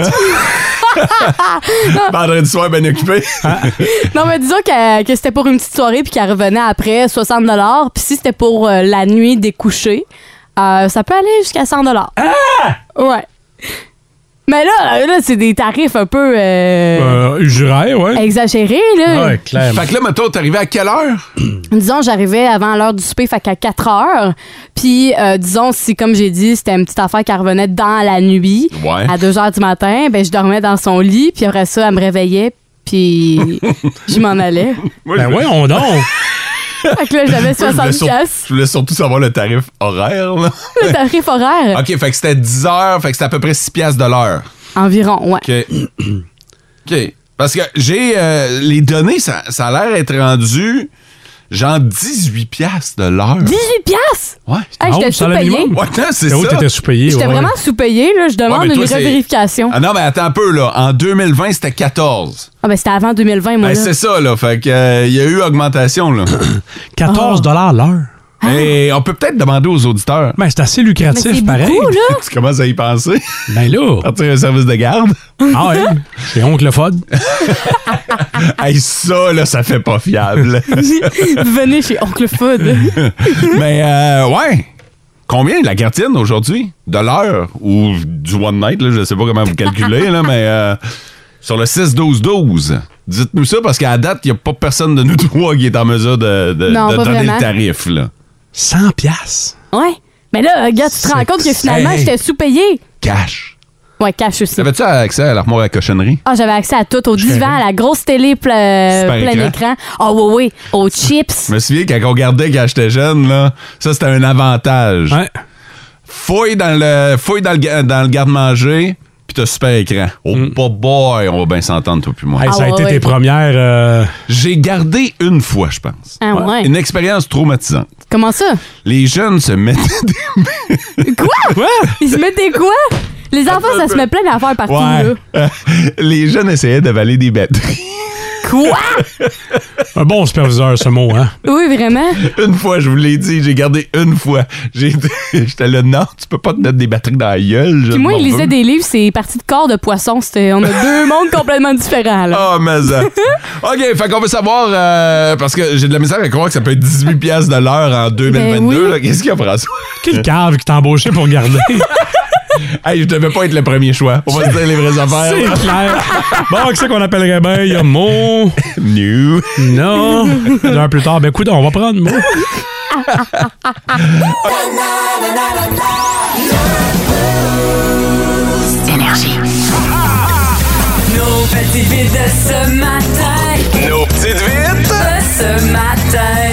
[SPEAKER 4] Ah.
[SPEAKER 3] Vendredi soir, ben occupé.
[SPEAKER 5] Ah,
[SPEAKER 4] Non, mais disons que, que c'était pour une petite soirée puis qu'elle revenait après 60 Puis si c'était pour euh, la nuit des couchers, euh, ça peut aller jusqu'à 100 Ah! Ouais. Mais là, là c'est des tarifs un peu euh,
[SPEAKER 5] Euh, Juraille, ouais.
[SPEAKER 4] exagérés. Là.
[SPEAKER 5] Ouais, clairement.
[SPEAKER 3] Fait que là, mettons, t'es arrivé à quelle heure?
[SPEAKER 4] Disons, j'arrivais avant l'heure du souper, fait qu'à 4 heures. Puis, euh, disons, si, comme j'ai dit, c'était une petite affaire qui revenait dans la nuit,
[SPEAKER 3] Ouais.
[SPEAKER 4] à 2 heures du matin, ben je dormais dans son lit. Puis après ça, elle me réveillait, puis je m'en allais.
[SPEAKER 5] Ben ouais, on donne.
[SPEAKER 4] Fait que là, j'avais
[SPEAKER 3] Je voulais, sur-
[SPEAKER 4] 60 piastres.
[SPEAKER 3] je voulais surtout savoir le tarif horaire, là.
[SPEAKER 4] Le tarif horaire.
[SPEAKER 3] OK, fait que c'était 10 heures, fait que c'était à peu près 6 piastres de l'heure.
[SPEAKER 4] Environ, ouais.
[SPEAKER 3] OK. OK. Parce que j'ai. euh, les données, ça, ça a l'air d'être rendu genre 18 piastres de l'heure.
[SPEAKER 4] 18 piastres!
[SPEAKER 3] Ouais.
[SPEAKER 4] Hey,
[SPEAKER 5] Ah,
[SPEAKER 4] j'étais
[SPEAKER 5] oui, c'est le
[SPEAKER 4] sous-payée.
[SPEAKER 5] minimum.
[SPEAKER 3] Ouais, non, c'est
[SPEAKER 5] T'es où
[SPEAKER 3] ça.
[SPEAKER 5] t'étais sous-payé?
[SPEAKER 4] J'étais
[SPEAKER 5] ouais.
[SPEAKER 4] vraiment sous-payée, là. Je
[SPEAKER 3] Ouais,
[SPEAKER 4] demande
[SPEAKER 3] mais toi,
[SPEAKER 4] une
[SPEAKER 3] c'est-
[SPEAKER 4] revérification.
[SPEAKER 3] Ah non, mais attends un peu, là. En 2020, c'était 14.
[SPEAKER 4] Ah, ben, c'était avant 2020, moi. là.
[SPEAKER 3] Ben, c'est ça, là. Fait que, euh, il y a eu augmentation, là.
[SPEAKER 5] 14 dollars l'heure.
[SPEAKER 3] Et on peut peut-être demander aux auditeurs.
[SPEAKER 5] Ben, c'est assez
[SPEAKER 4] Mais
[SPEAKER 5] lucratif,
[SPEAKER 4] c'est
[SPEAKER 5] pareil.
[SPEAKER 4] beaucoup, là. Ah.
[SPEAKER 3] Tu commences à y penser?
[SPEAKER 5] Ben là.
[SPEAKER 3] Partir un service de garde?
[SPEAKER 5] Ah ouais. C'est oncle Fod.
[SPEAKER 3] hey, ça, là, ça fait pas fiable.
[SPEAKER 4] Venez chez Oncle Food. Hmm?
[SPEAKER 3] Mais euh, ouais. Combien la cartine aujourd'hui? De l'heure ou du one night, là, je sais pas comment vous calculez, là, mais euh, sur le 6-12-12. Dites-nous ça parce qu'à la date, il n'y a pas personne de nous trois qui est en mesure de, de-
[SPEAKER 4] Non,
[SPEAKER 3] de
[SPEAKER 4] pas
[SPEAKER 3] donner
[SPEAKER 4] vraiment.
[SPEAKER 3] le tarif. Là.
[SPEAKER 5] 100 piastres.
[SPEAKER 4] ouais. Mais là, regarde, tu te rends
[SPEAKER 5] C'est-
[SPEAKER 4] compte que finalement,
[SPEAKER 5] Hey.
[SPEAKER 4] j'étais sous-payée.
[SPEAKER 3] Cash.
[SPEAKER 4] Ouais, cash aussi.
[SPEAKER 3] T'avais-tu accès à l'armoire à cochonnerie?
[SPEAKER 4] Ah, j'avais accès à tout, au divan, à la grosse télé pla- plein
[SPEAKER 3] écran.
[SPEAKER 4] écran. Ah, oui, oui, aux chips.
[SPEAKER 3] Je me souviens quand on regardait quand j'étais jeune, là, ça c'était un avantage.
[SPEAKER 5] Ouais.
[SPEAKER 3] Fouille dans le fouille dans le, ga- dans le garde-manger, puis t'as super écran. Oh pas boy, on va bien s'entendre toi puis moi.
[SPEAKER 5] Hey,
[SPEAKER 4] Ah
[SPEAKER 5] ça a
[SPEAKER 4] ouais,
[SPEAKER 5] été
[SPEAKER 4] ouais.
[SPEAKER 5] tes premières. euh,
[SPEAKER 3] J'ai gardé une fois, je pense.
[SPEAKER 4] Ah, ouais.
[SPEAKER 3] Une expérience traumatisante.
[SPEAKER 4] Comment ça?
[SPEAKER 3] Les jeunes se mettaient des...
[SPEAKER 4] Quoi? Ils se mettaient quoi? Les enfants, ça se met plein d'affaires partout, là.
[SPEAKER 3] Euh, les jeunes essayaient d'avaler des batteries.
[SPEAKER 4] Quoi?
[SPEAKER 5] Un bon superviseur, ce mot, hein.
[SPEAKER 4] oui, vraiment.
[SPEAKER 3] Une fois, je vous l'ai dit, j'ai gardé une fois. J'ai- J'étais là, non, tu peux pas te mettre des batteries dans la gueule.
[SPEAKER 4] Puis moi, il lisait des livres, c'est parti de corps de poisson. C'était, on a deux mondes complètement différents, là.
[SPEAKER 3] Oh, mais ça. OK, fait qu'on veut savoir, euh, parce que j'ai de la misère à croire que ça peut être 18 piastres de l'heure en 2022.
[SPEAKER 4] Ben oui.
[SPEAKER 3] là. Qu'est-ce qu'il y a, François?
[SPEAKER 5] Quel cave qui t'a embauché pour garder.
[SPEAKER 3] Hey, je devais pas être le premier choix. On va se dire les vraies
[SPEAKER 5] C'est
[SPEAKER 3] affaires.
[SPEAKER 5] clair. Bon, qu'est-ce qu'on appellerait bien? Il y a mon.
[SPEAKER 3] New.
[SPEAKER 5] Non. Une heure plus tard, ben, écoute, on va prendre mon.
[SPEAKER 10] Nos petites vites de ce matin. Nos petites vites de ce matin.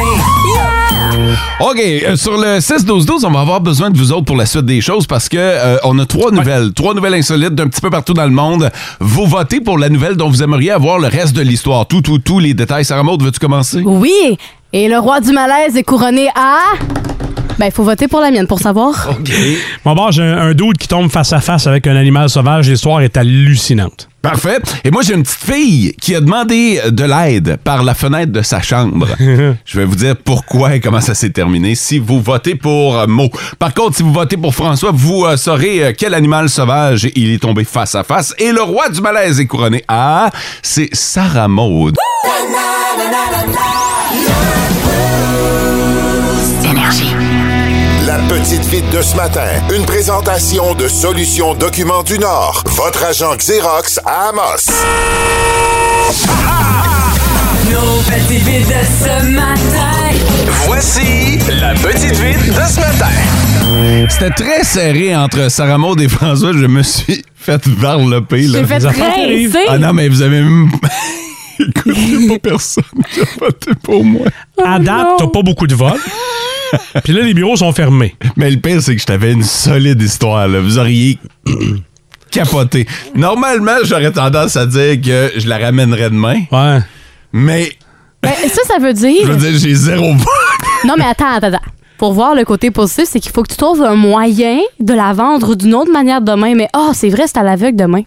[SPEAKER 10] Yeah!
[SPEAKER 3] OK, euh, sur le 6-12-12, on va avoir besoin de vous autres pour la suite des choses parce que euh, on a trois nouvelles, trois nouvelles insolites d'un petit peu partout dans le monde. Vous votez pour la nouvelle dont vous aimeriez avoir le reste de l'histoire. Tout, tout, tous les détails. Sarah Maud, veux-tu commencer?
[SPEAKER 4] Oui, et le roi du malaise est couronné à... Ben, il faut voter pour la mienne pour savoir.
[SPEAKER 5] Mon bord, j'ai un, un dude qui tombe face à face avec un animal sauvage. L'histoire est hallucinante.
[SPEAKER 3] Parfait. Et moi, j'ai une petite fille qui a demandé de l'aide par la fenêtre de sa chambre. Je vais vous dire pourquoi et comment ça s'est terminé si vous votez pour euh, Mo. Par contre, si vous votez pour François, vous euh, saurez euh, quel animal sauvage il est tombé face à face. Et le roi du malaise est couronné à... C'est Sarah Maud.
[SPEAKER 11] La petite vite de ce matin. Une présentation de Solutions Documents du Nord. Votre agent Xerox à Amos.
[SPEAKER 10] Nos petites vites de ce matin.
[SPEAKER 12] Voici la petite vite de ce matin.
[SPEAKER 3] C'était très serré entre Sarah Maud et François. Je me suis fait varloper. là.
[SPEAKER 4] J'ai fait
[SPEAKER 3] Les affaires
[SPEAKER 4] rincer.
[SPEAKER 3] arrivent. Ah non, mais vous avez... même- Écoute, il n'y a pas personne qui a voté pour moi.
[SPEAKER 4] Oh
[SPEAKER 5] À date, t'as pas beaucoup de votes. Puis là, les bureaux sont fermés.
[SPEAKER 3] Mais le pire, c'est que je t'avais une solide histoire. là. Vous auriez capoté. Normalement, j'aurais tendance à dire que je la ramènerais demain.
[SPEAKER 5] Ouais.
[SPEAKER 3] Mais
[SPEAKER 4] Ben, ça, ça veut
[SPEAKER 3] je
[SPEAKER 4] dire...
[SPEAKER 3] veux dire, j'ai zéro vote.
[SPEAKER 4] Non, mais attends, attends, attends. Pour voir le côté positif, c'est qu'il faut que tu trouves un moyen de la vendre d'une autre manière demain. Mais oh, c'est vrai, c'est à l'aveugle demain.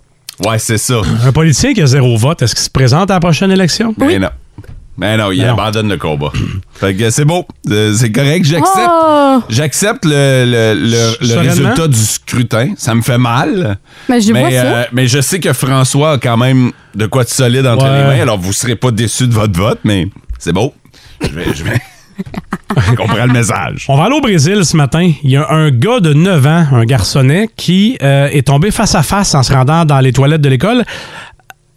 [SPEAKER 3] Ouais, c'est ça.
[SPEAKER 5] Un politicien qui a zéro vote, est-ce qu'il se présente à la prochaine élection?
[SPEAKER 3] Mais non. Mais non, il
[SPEAKER 5] Mais non.
[SPEAKER 3] abandonne le combat. fait que c'est beau. Euh, C'est correct. J'accepte.
[SPEAKER 4] Oh!
[SPEAKER 3] J'accepte le, le- le- le
[SPEAKER 5] Sereinement?
[SPEAKER 3] résultat du scrutin. Ça me fait mal.
[SPEAKER 4] Mais je vois ça.
[SPEAKER 3] mais euh, je sais que François a quand même de quoi de solide entre
[SPEAKER 5] Ouais.
[SPEAKER 3] les mains. Alors, vous serez pas déçus de votre vote, mais c'est beau. Je vais... Je vais... je comprends le message.
[SPEAKER 5] On va aller au Brésil ce matin. Il y a un gars de 9 ans, un garçonnet, qui euh, est tombé face à face en se rendant dans les toilettes de l'école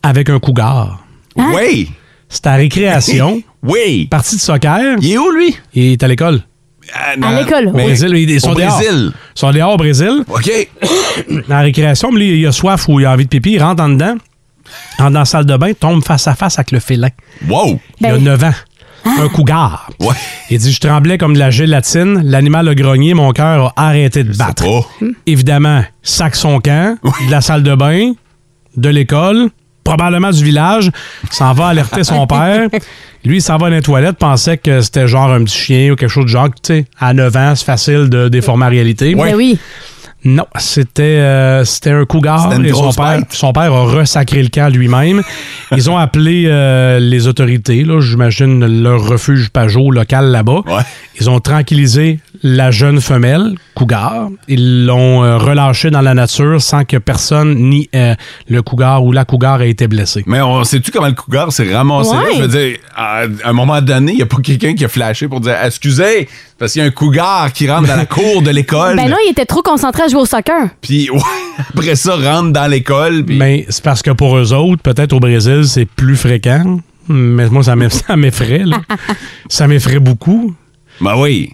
[SPEAKER 5] avec un cougar.
[SPEAKER 4] Hein?
[SPEAKER 3] Oui!
[SPEAKER 5] C'était à récréation,
[SPEAKER 3] Oui!
[SPEAKER 5] partie de soccer.
[SPEAKER 3] Il est où, lui?
[SPEAKER 5] Il est à l'école.
[SPEAKER 3] Ah,
[SPEAKER 4] À l'école,
[SPEAKER 5] Au
[SPEAKER 4] oui.
[SPEAKER 5] Brésil, ils sont
[SPEAKER 3] Au
[SPEAKER 5] dehors.
[SPEAKER 3] Brésil.
[SPEAKER 5] Ils sont dehors au Brésil.
[SPEAKER 3] OK.
[SPEAKER 5] à la récréation, mais lui, il a soif ou il a envie de pipi, il rentre en dedans, rentre dans la salle de bain, tombe face à face avec le félin.
[SPEAKER 3] Wow!
[SPEAKER 5] Il a
[SPEAKER 4] Ben.
[SPEAKER 5] 9 ans. Un cougar.
[SPEAKER 3] Ouais.
[SPEAKER 5] Il dit Je tremblais comme de la gélatine, l'animal a grogné, mon cœur a arrêté de battre.
[SPEAKER 3] Oh!
[SPEAKER 5] Hmm? Évidemment, sac son camp, de la salle de bain, de l'école, probablement du village, s'en va alerter son père. Lui, il s'en va dans les toilettes, pensait que c'était genre un petit chien ou quelque chose de genre, tu sais, à 9 ans, c'est facile de déformer la réalité.
[SPEAKER 4] Ben oui.
[SPEAKER 5] Non, c'était euh, c'était un cougar.
[SPEAKER 3] C'était une
[SPEAKER 5] et son,
[SPEAKER 3] grosse
[SPEAKER 5] père,
[SPEAKER 3] bête.
[SPEAKER 5] son père a ressacré le camp lui-même. Ils ont appelé euh, les autorités, là, j'imagine leur refuge Pajot local là-bas.
[SPEAKER 3] Ouais.
[SPEAKER 5] Ils ont tranquillisé la jeune femelle, cougar. Ils l'ont euh, relâchée dans la nature sans que personne, ni euh, le cougar ou la cougar, ait été blessé.
[SPEAKER 3] Mais on sait-tu comment le cougar s'est ramassé là?
[SPEAKER 4] Ouais.
[SPEAKER 3] Je veux dire, à à un moment donné, il n'y a pas quelqu'un qui a flashé pour dire Excusez, c'est parce qu'il y a un cougar qui rentre dans la cour de l'école.
[SPEAKER 4] Ben non, il était trop concentré à jouer au soccer.
[SPEAKER 3] Puis ouais, après ça, rentre dans l'école. Puis...
[SPEAKER 5] Mais c'est parce que pour eux autres, peut-être au Brésil, c'est plus fréquent. Mais moi, ça m'eff- ça m'effraie. là. ça m'effraie beaucoup.
[SPEAKER 3] Ben oui.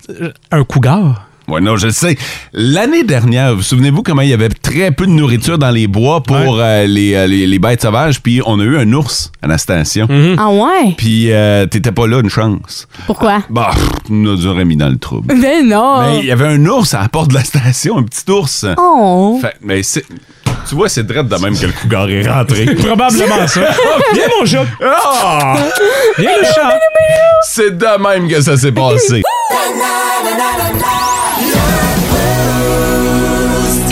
[SPEAKER 5] Un cougar.
[SPEAKER 3] Ouais, non, je le sais. L'année dernière, vous, vous souvenez-vous comment il y avait très peu de nourriture dans les bois pour euh, les, euh, les- les bêtes sauvages? Puis on a eu un ours à la station.
[SPEAKER 4] Ah ouais?
[SPEAKER 3] Puis euh, t'étais pas là, une chance.
[SPEAKER 4] Pourquoi?
[SPEAKER 3] Bah, pff, nous aurait mis dans le trouble.
[SPEAKER 4] Ben
[SPEAKER 3] Mais
[SPEAKER 4] non!
[SPEAKER 3] il y avait un ours à la porte de la station, un petit ours.
[SPEAKER 4] Oh!
[SPEAKER 3] Fait- mais c'est- tu vois, c'est drette de même que le cougar est rentré.
[SPEAKER 5] Probablement ça. viens mon chat.
[SPEAKER 3] Ah!
[SPEAKER 5] Viens le chat.
[SPEAKER 3] c'est de même que ça s'est passé.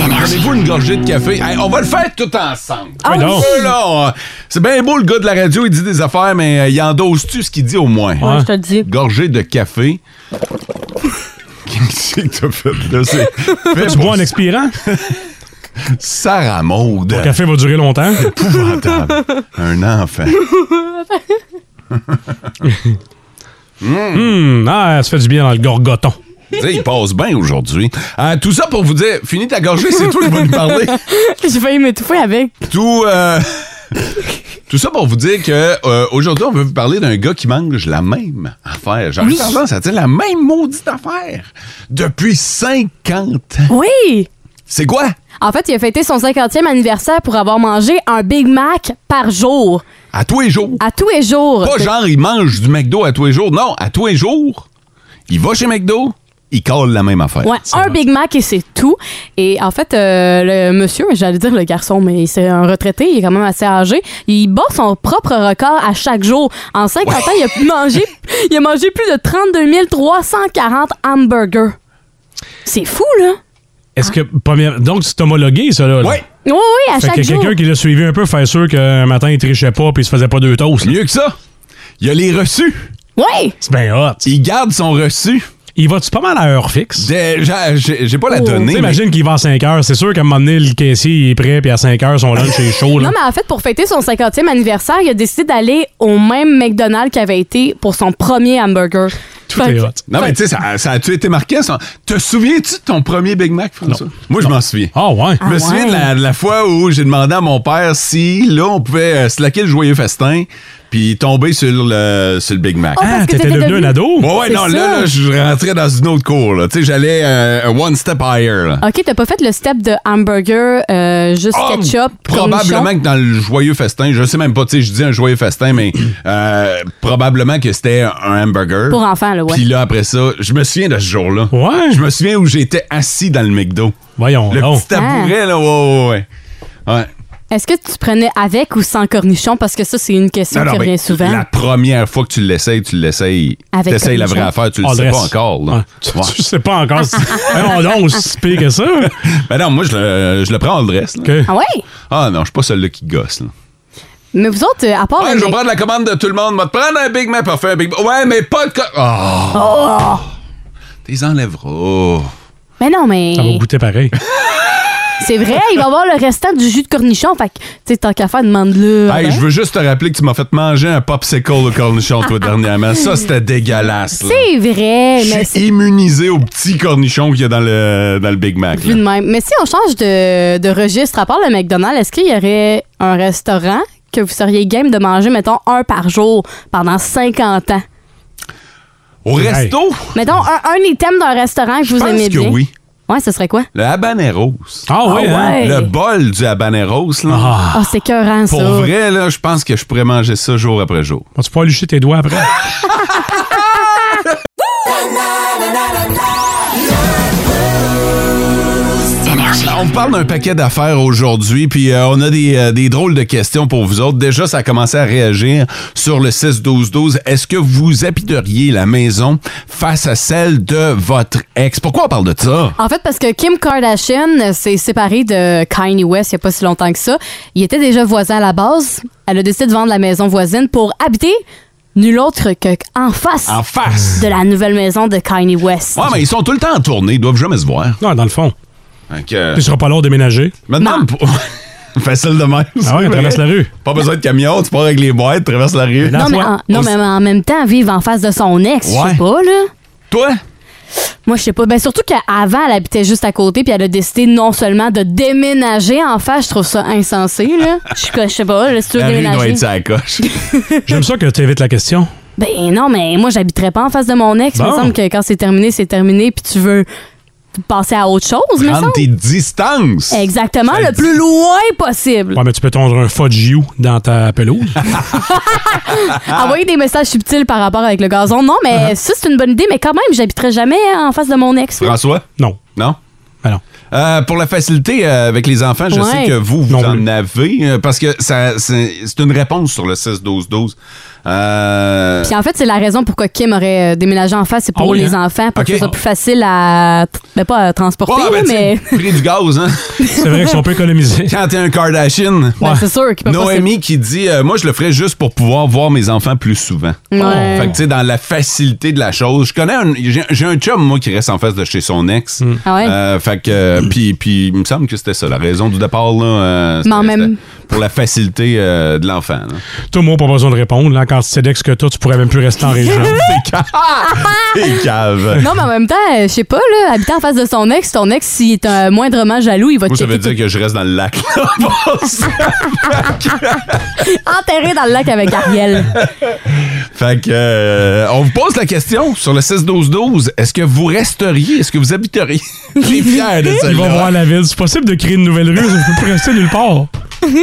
[SPEAKER 3] Prenez-vous une gorgée de café. Hey, on va le faire tout ensemble.
[SPEAKER 4] Ah
[SPEAKER 5] non.
[SPEAKER 4] oui.
[SPEAKER 3] Euh, non, euh, c'est bien beau, le gars de la radio, il dit des affaires, mais euh, il endosse-tu ce qu'il dit au moins?
[SPEAKER 4] Ouais, je te le dis.
[SPEAKER 3] Gorgée de café. Qu'est-ce que t'as fait là? C'est fait
[SPEAKER 5] Tu
[SPEAKER 3] pour
[SPEAKER 5] bois en expirant?
[SPEAKER 3] Sarah Maud.
[SPEAKER 5] Le café va durer longtemps.
[SPEAKER 3] Épouvantable. Un enfant.
[SPEAKER 5] Hum, ah, ça fait du bien dans le gorgoton.
[SPEAKER 3] Tu sais, il passe bien aujourd'hui. Euh, tout ça pour vous dire, finis ta gorgée, c'est toi qui vas nous parler.
[SPEAKER 4] J'ai failli m'étouffer avec.
[SPEAKER 3] Tout, euh, tout ça pour vous dire que euh, aujourd'hui, on veut vous parler d'un gars qui mange la même affaire. J'aurais tendance à dire la même maudite affaire depuis 50 ans.
[SPEAKER 4] Oui!
[SPEAKER 3] C'est quoi?
[SPEAKER 4] En fait, il a fêté son 50e anniversaire pour avoir mangé un Big Mac par jour.
[SPEAKER 3] À tous les jours.
[SPEAKER 5] Ah,
[SPEAKER 4] À tous les jours.
[SPEAKER 3] Pas genre il mange du McDo à tous les jours. Non, à tous les jours. Il va chez McDo, il colle la même affaire.
[SPEAKER 4] Ouais, un Big Mac et c'est tout. Et en fait, euh, le monsieur, j'allais dire le garçon, mais c'est un retraité, il est quand même assez âgé. Il bat son propre record à chaque jour. En 50 ans, il a, mangé, il a mangé plus de 32 340 hamburgers. C'est fou, là!
[SPEAKER 5] Est-ce que. Première, donc, c'est homologué, ça, là? là?
[SPEAKER 4] Oui, oui, à
[SPEAKER 5] Fait
[SPEAKER 4] chaque
[SPEAKER 5] que
[SPEAKER 4] jour.
[SPEAKER 5] quelqu'un qui l'a suivi un peu, faire sûr qu'un matin, il trichait pas puis il se faisait pas deux toasts.
[SPEAKER 3] Mieux que ça, il a les reçus.
[SPEAKER 4] Oui!
[SPEAKER 5] C'est bien hot.
[SPEAKER 3] Il garde son reçu.
[SPEAKER 5] Il va-tu pas mal à heure fixe?
[SPEAKER 3] J'ai j'ai pas la
[SPEAKER 5] Oh.
[SPEAKER 3] donnée.
[SPEAKER 5] T'imagines qu'il va à 5 heures. C'est sûr qu'à un moment donné, le caissier il est prêt, puis à 5 heures, son lunch est chaud. Là.
[SPEAKER 4] Non, mais en fait, pour fêter son 50e anniversaire, il a décidé d'aller au même McDonald's qu'il avait été pour son premier hamburger. Tout
[SPEAKER 3] Non, mais tu sais, ça, ça a-tu été marquant? ça? Te souviens-tu de ton premier Big Mac, François? Moi, je m'en souviens.
[SPEAKER 5] Ah ouais?
[SPEAKER 3] Je me souviens de la, de la fois où j'ai demandé à mon père si, là, on pouvait euh, slacker le joyeux festin puis tomber sur le, sur le Big Mac.
[SPEAKER 4] Oh,
[SPEAKER 5] Ah, parce que t'étais t'étais devenu devenu- un ado?
[SPEAKER 3] Ouais, ouais,
[SPEAKER 5] C'est
[SPEAKER 3] non, là,
[SPEAKER 5] ça.
[SPEAKER 3] là, je rentrais dans une autre cour. là. Tu sais, j'allais euh, one step higher. là.
[SPEAKER 4] OK, t'as pas fait le step de hamburger, euh, juste ketchup,
[SPEAKER 3] Oh, Probablement
[SPEAKER 4] cornichon.
[SPEAKER 3] que dans le joyeux festin, je sais même pas, tu sais, je dis un joyeux festin, mais euh, probablement que c'était un hamburger.
[SPEAKER 4] Pour enfants, là, ouais.
[SPEAKER 3] Puis là, après ça, je me souviens de ce jour-là.
[SPEAKER 5] Ouais. Oh,
[SPEAKER 3] Je me souviens où j'étais assis dans le McDo.
[SPEAKER 5] Voyons.
[SPEAKER 3] Le
[SPEAKER 5] donc.
[SPEAKER 3] petit tabouret, là, ouais, ouais, ouais. Ouais.
[SPEAKER 4] Est-ce que tu prenais avec ou sans cornichon? Parce que ça, c'est une question
[SPEAKER 3] Non, non,
[SPEAKER 4] qui
[SPEAKER 3] ben,
[SPEAKER 4] revient souvent.
[SPEAKER 3] La première fois que tu l'essayes, tu l'essayes.
[SPEAKER 4] Avec
[SPEAKER 3] T'essayes la vraie
[SPEAKER 4] cornichons.
[SPEAKER 3] affaire, tu le
[SPEAKER 5] On
[SPEAKER 3] sais pas
[SPEAKER 5] dresse.
[SPEAKER 3] encore. là.
[SPEAKER 5] Ouais. Tu-
[SPEAKER 3] Ouais.
[SPEAKER 5] Ah, Tu sais pas encore. si- Voyons donc, c'est si pire que ça.
[SPEAKER 3] Ben non, moi, je le, je le prends en dress. là.
[SPEAKER 4] Ah ouais?
[SPEAKER 3] Ah non, je suis pas celui-là qui gosse. là.
[SPEAKER 4] Oh, Mais vous autres, euh, à part...
[SPEAKER 3] Ouais,
[SPEAKER 4] le
[SPEAKER 3] je vais
[SPEAKER 4] Mc-
[SPEAKER 3] prendre la commande de tout le monde. Va te prendre un Big Mac, parfait, un Big Mac. Ouais, mais pas de. co- Oh!
[SPEAKER 4] Oh!
[SPEAKER 3] T'es enlèveras.
[SPEAKER 4] Mais non, mais...
[SPEAKER 5] Ça va goûter pareil. Ah
[SPEAKER 4] C'est vrai, il va avoir le restant du jus de cornichon. Fait que, tu sais, tant qu'à faire, demande-le. hein?
[SPEAKER 3] Hey, je veux juste te rappeler que tu m'as fait manger un popsicle au cornichon, toi, dernièrement. Ça, c'était dégueulasse. là.
[SPEAKER 4] C'est vrai,
[SPEAKER 3] Je
[SPEAKER 4] mais...
[SPEAKER 3] suis immunisé au petit cornichon qu'il y a dans le, dans le Big Mac.
[SPEAKER 4] Vu
[SPEAKER 3] là.
[SPEAKER 4] de même. Mais si on change de, de registre, à part le McDonald's, est-ce qu'il y aurait un restaurant que vous seriez game de manger, mettons, un par jour pendant 50 ans?
[SPEAKER 3] Au resto,
[SPEAKER 4] Mettons, un, un item d'un restaurant que vous
[SPEAKER 3] je pense
[SPEAKER 4] aimez
[SPEAKER 3] que
[SPEAKER 4] bien.
[SPEAKER 3] oui.
[SPEAKER 4] Ouais, ce serait quoi?
[SPEAKER 3] Le habaneros.
[SPEAKER 5] Ah
[SPEAKER 4] oui, Ah hein? ouais.
[SPEAKER 3] Le bol du habaneros, là.
[SPEAKER 4] Ah, c'est écœurant, ça.
[SPEAKER 3] Pour vrai, là, je pense que je pourrais manger ça jour après jour.
[SPEAKER 5] Vas-tu pouvoir lucher tes doigts après?
[SPEAKER 3] On parle d'un paquet d'affaires aujourd'hui, puis euh, on a des, euh, des drôles de questions pour vous autres. Déjà, ça a commencé à réagir sur le 6-12-12. Est-ce que vous habiteriez la maison face à celle de votre ex? Pourquoi on parle de ça?
[SPEAKER 4] En fait, parce que Kim Kardashian euh, s'est séparée de Kanye West il n'y a pas si longtemps que ça. Il était déjà voisin à la base. Elle a décidé de vendre la maison voisine pour habiter nul autre que en face,
[SPEAKER 3] En face.
[SPEAKER 4] de la nouvelle maison de Kanye West.
[SPEAKER 3] Ouais, mais ils sont tout le temps en tournée, ils doivent jamais se voir.
[SPEAKER 5] Non, dans le fond.
[SPEAKER 3] Donc, euh,
[SPEAKER 5] Tu seras pas long de déménager.
[SPEAKER 3] maintenant, pour- facile de même.
[SPEAKER 5] Ah ouais, traverse la rue.
[SPEAKER 3] Pas besoin de camion, tu pars avec les boîtes, traverse la rue.
[SPEAKER 4] non, mais en, non, mais en même temps, vivre en face de son ex, je
[SPEAKER 3] Ouais.
[SPEAKER 4] sais pas, là.
[SPEAKER 3] Toi?
[SPEAKER 4] Moi, je sais pas. Ben, surtout qu'avant, elle habitait juste à côté, puis elle a décidé non seulement de déménager en face, je trouve ça insensé, là. Je je sais pas, là, si tu veux
[SPEAKER 3] La rue doit
[SPEAKER 4] déménager.
[SPEAKER 3] être sa coche.
[SPEAKER 5] J'aime ça que tu évites la question.
[SPEAKER 4] Ben non, mais moi, j'habiterais pas en face de mon ex. Il me
[SPEAKER 5] Bon.
[SPEAKER 4] semble que quand c'est terminé, c'est terminé, puis tu veux passer à autre chose, me
[SPEAKER 3] Prendre
[SPEAKER 4] semble.
[SPEAKER 3] tes distances.
[SPEAKER 4] Exactement, le plus loin possible.
[SPEAKER 5] Ouais, mais tu peux tondre un fudge you dans ta pelouse.
[SPEAKER 4] Ah. Envoyer des messages subtils par rapport avec le gazon. Non,
[SPEAKER 3] Uh-huh.
[SPEAKER 4] mais ça, c'est une bonne idée, mais quand même, j'habiterais jamais hein, en face de mon ex. là.
[SPEAKER 3] François?
[SPEAKER 5] non.
[SPEAKER 3] Non?
[SPEAKER 5] Ben non.
[SPEAKER 3] Euh, pour la facilité euh, avec les enfants, je
[SPEAKER 4] Ouais.
[SPEAKER 3] sais que vous, vous
[SPEAKER 5] Non
[SPEAKER 3] en
[SPEAKER 5] plus.
[SPEAKER 3] avez, euh, parce que ça, c'est c'est une réponse sur le 6-12-12. Euh,
[SPEAKER 4] Puis en fait, c'est la raison pourquoi Kim aurait euh, déménagé en face, c'est pour
[SPEAKER 5] Ah oui,
[SPEAKER 4] les
[SPEAKER 5] hein?
[SPEAKER 4] enfants, pour
[SPEAKER 3] Ok.
[SPEAKER 4] que ce soit plus facile à. Ben, pas à transporter,
[SPEAKER 3] bah, ben,
[SPEAKER 4] là, mais.
[SPEAKER 3] tu sais, prix du gaz, hein?
[SPEAKER 5] C'est vrai qu'ils sont peu économisés.
[SPEAKER 3] Quand t'es un Kardashian.
[SPEAKER 4] Ben, c'est sûr qu'il peut
[SPEAKER 3] Noémie qui dit euh, Moi, je le ferais juste pour pouvoir voir mes enfants plus souvent.
[SPEAKER 4] Ouais.
[SPEAKER 3] Fait que, tu sais, dans la facilité de la chose. Je connais un. J'ai j'ai un chum, moi, qui reste en face de chez son ex.
[SPEAKER 5] Mm.
[SPEAKER 4] Ah ouais?
[SPEAKER 3] Euh, fait que. euh, Puis, puis il me semble que c'était ça, la raison du départ, là. euh,
[SPEAKER 4] Mais en
[SPEAKER 3] c'était-
[SPEAKER 4] même-
[SPEAKER 3] c'était Pour la facilité euh, de l'enfant, là.
[SPEAKER 5] Tout le monde pas besoin de répondre. Là, quand c'est d'ex que toi, tu pourrais même plus rester en région.
[SPEAKER 3] T'es cave. T'es cave.
[SPEAKER 4] Non, mais en même temps, euh, je sais pas, là, habiter en face de son ex, ton ex, s'il est un moindrement jaloux, il va te
[SPEAKER 3] Moi, ça
[SPEAKER 4] checker
[SPEAKER 3] veut dire que je reste dans le lac. là.
[SPEAKER 4] enterré dans le lac avec Ariel.
[SPEAKER 3] fait que, euh, on vous pose la question sur le 6-12-12. Est-ce que vous resteriez? Est-ce que vous habiteriez? J'ai fier de ça.
[SPEAKER 5] Il va voir la ville. C'est possible de créer une nouvelle rue, vous pouvez plus rester nulle part.
[SPEAKER 3] Tu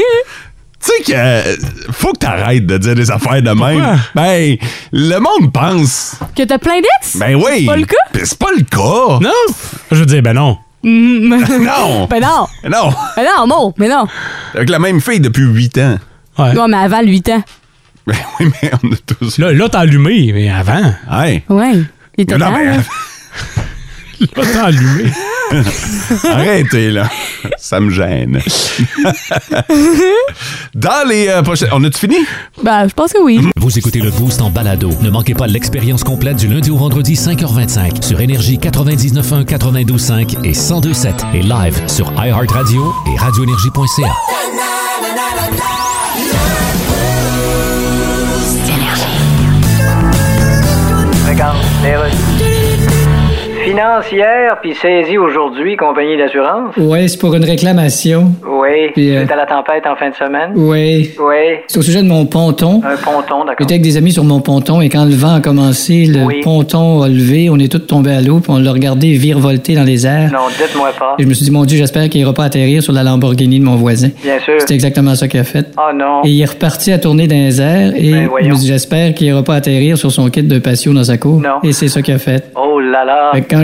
[SPEAKER 3] sais que euh, faut que t'arrêtes de dire des affaires de même. Ben, le monde pense.
[SPEAKER 4] Que t'as plein d'ex?
[SPEAKER 3] Ben oui.
[SPEAKER 4] C'est pas le cas?
[SPEAKER 3] Ben, c'est pas le cas.
[SPEAKER 5] Non. Je veux dire, ben non.
[SPEAKER 3] non.
[SPEAKER 4] Ben non.
[SPEAKER 3] Ben non.
[SPEAKER 4] Ben non, non, mais non.
[SPEAKER 3] Avec la même fille depuis 8 ans.
[SPEAKER 5] Ouais.
[SPEAKER 4] Non, mais avant 8 ans.
[SPEAKER 3] Ben oui, mais on a tous.
[SPEAKER 5] Là, là t'as allumé, mais avant.
[SPEAKER 3] Ouais.
[SPEAKER 4] Ouais. Il était
[SPEAKER 3] Mais non,
[SPEAKER 4] temps,
[SPEAKER 3] mais- euh,
[SPEAKER 4] là.
[SPEAKER 5] Là, t'as allumé.
[SPEAKER 3] Arrêtez, là. Ça me gêne. Dans les euh, prochaines. On a-tu fini?
[SPEAKER 4] Ben, je pense que
[SPEAKER 3] Mm.
[SPEAKER 4] oui.
[SPEAKER 1] Vous écoutez le Boost en balado. Ne manquez pas l'expérience complète du lundi au vendredi 5h25 sur Énergie 99.1, 92.5 et 102.7 et live sur iHeartRadio et radioénergie.ca.
[SPEAKER 7] Regarde, les rues. Financière puis saisie aujourd'hui, compagnie d'assurance.
[SPEAKER 8] Oui, c'est pour une réclamation.
[SPEAKER 7] Oui.
[SPEAKER 8] Puis, euh,
[SPEAKER 7] C'est à la tempête en fin de semaine.
[SPEAKER 8] Oui.
[SPEAKER 7] Oui.
[SPEAKER 8] C'est au sujet de mon ponton.
[SPEAKER 7] Un ponton, d'accord.
[SPEAKER 8] J'étais avec des amis sur mon ponton et quand le vent a commencé, le
[SPEAKER 7] Oui.
[SPEAKER 8] ponton a levé, on est tous tombés à l'eau puis on l'a regardé virevolter dans les airs.
[SPEAKER 7] Non, dites-moi pas.
[SPEAKER 8] Et je me suis dit, mon Dieu, j'espère qu'il n'ira pas atterrir sur la Lamborghini de mon voisin.
[SPEAKER 7] Bien sûr.
[SPEAKER 8] C'est exactement ça qu'il a fait.
[SPEAKER 7] Oh non.
[SPEAKER 8] Et il est reparti à tourner dans les airs et
[SPEAKER 7] Ben,
[SPEAKER 8] je
[SPEAKER 7] voyons.
[SPEAKER 8] me suis dit, j'espère qu'il n'ira pas atterrir sur son kit de patio dans sa cour.
[SPEAKER 7] Non.
[SPEAKER 8] Et c'est ça qu'il a fait.
[SPEAKER 7] Oh là là.
[SPEAKER 8] Fait que quand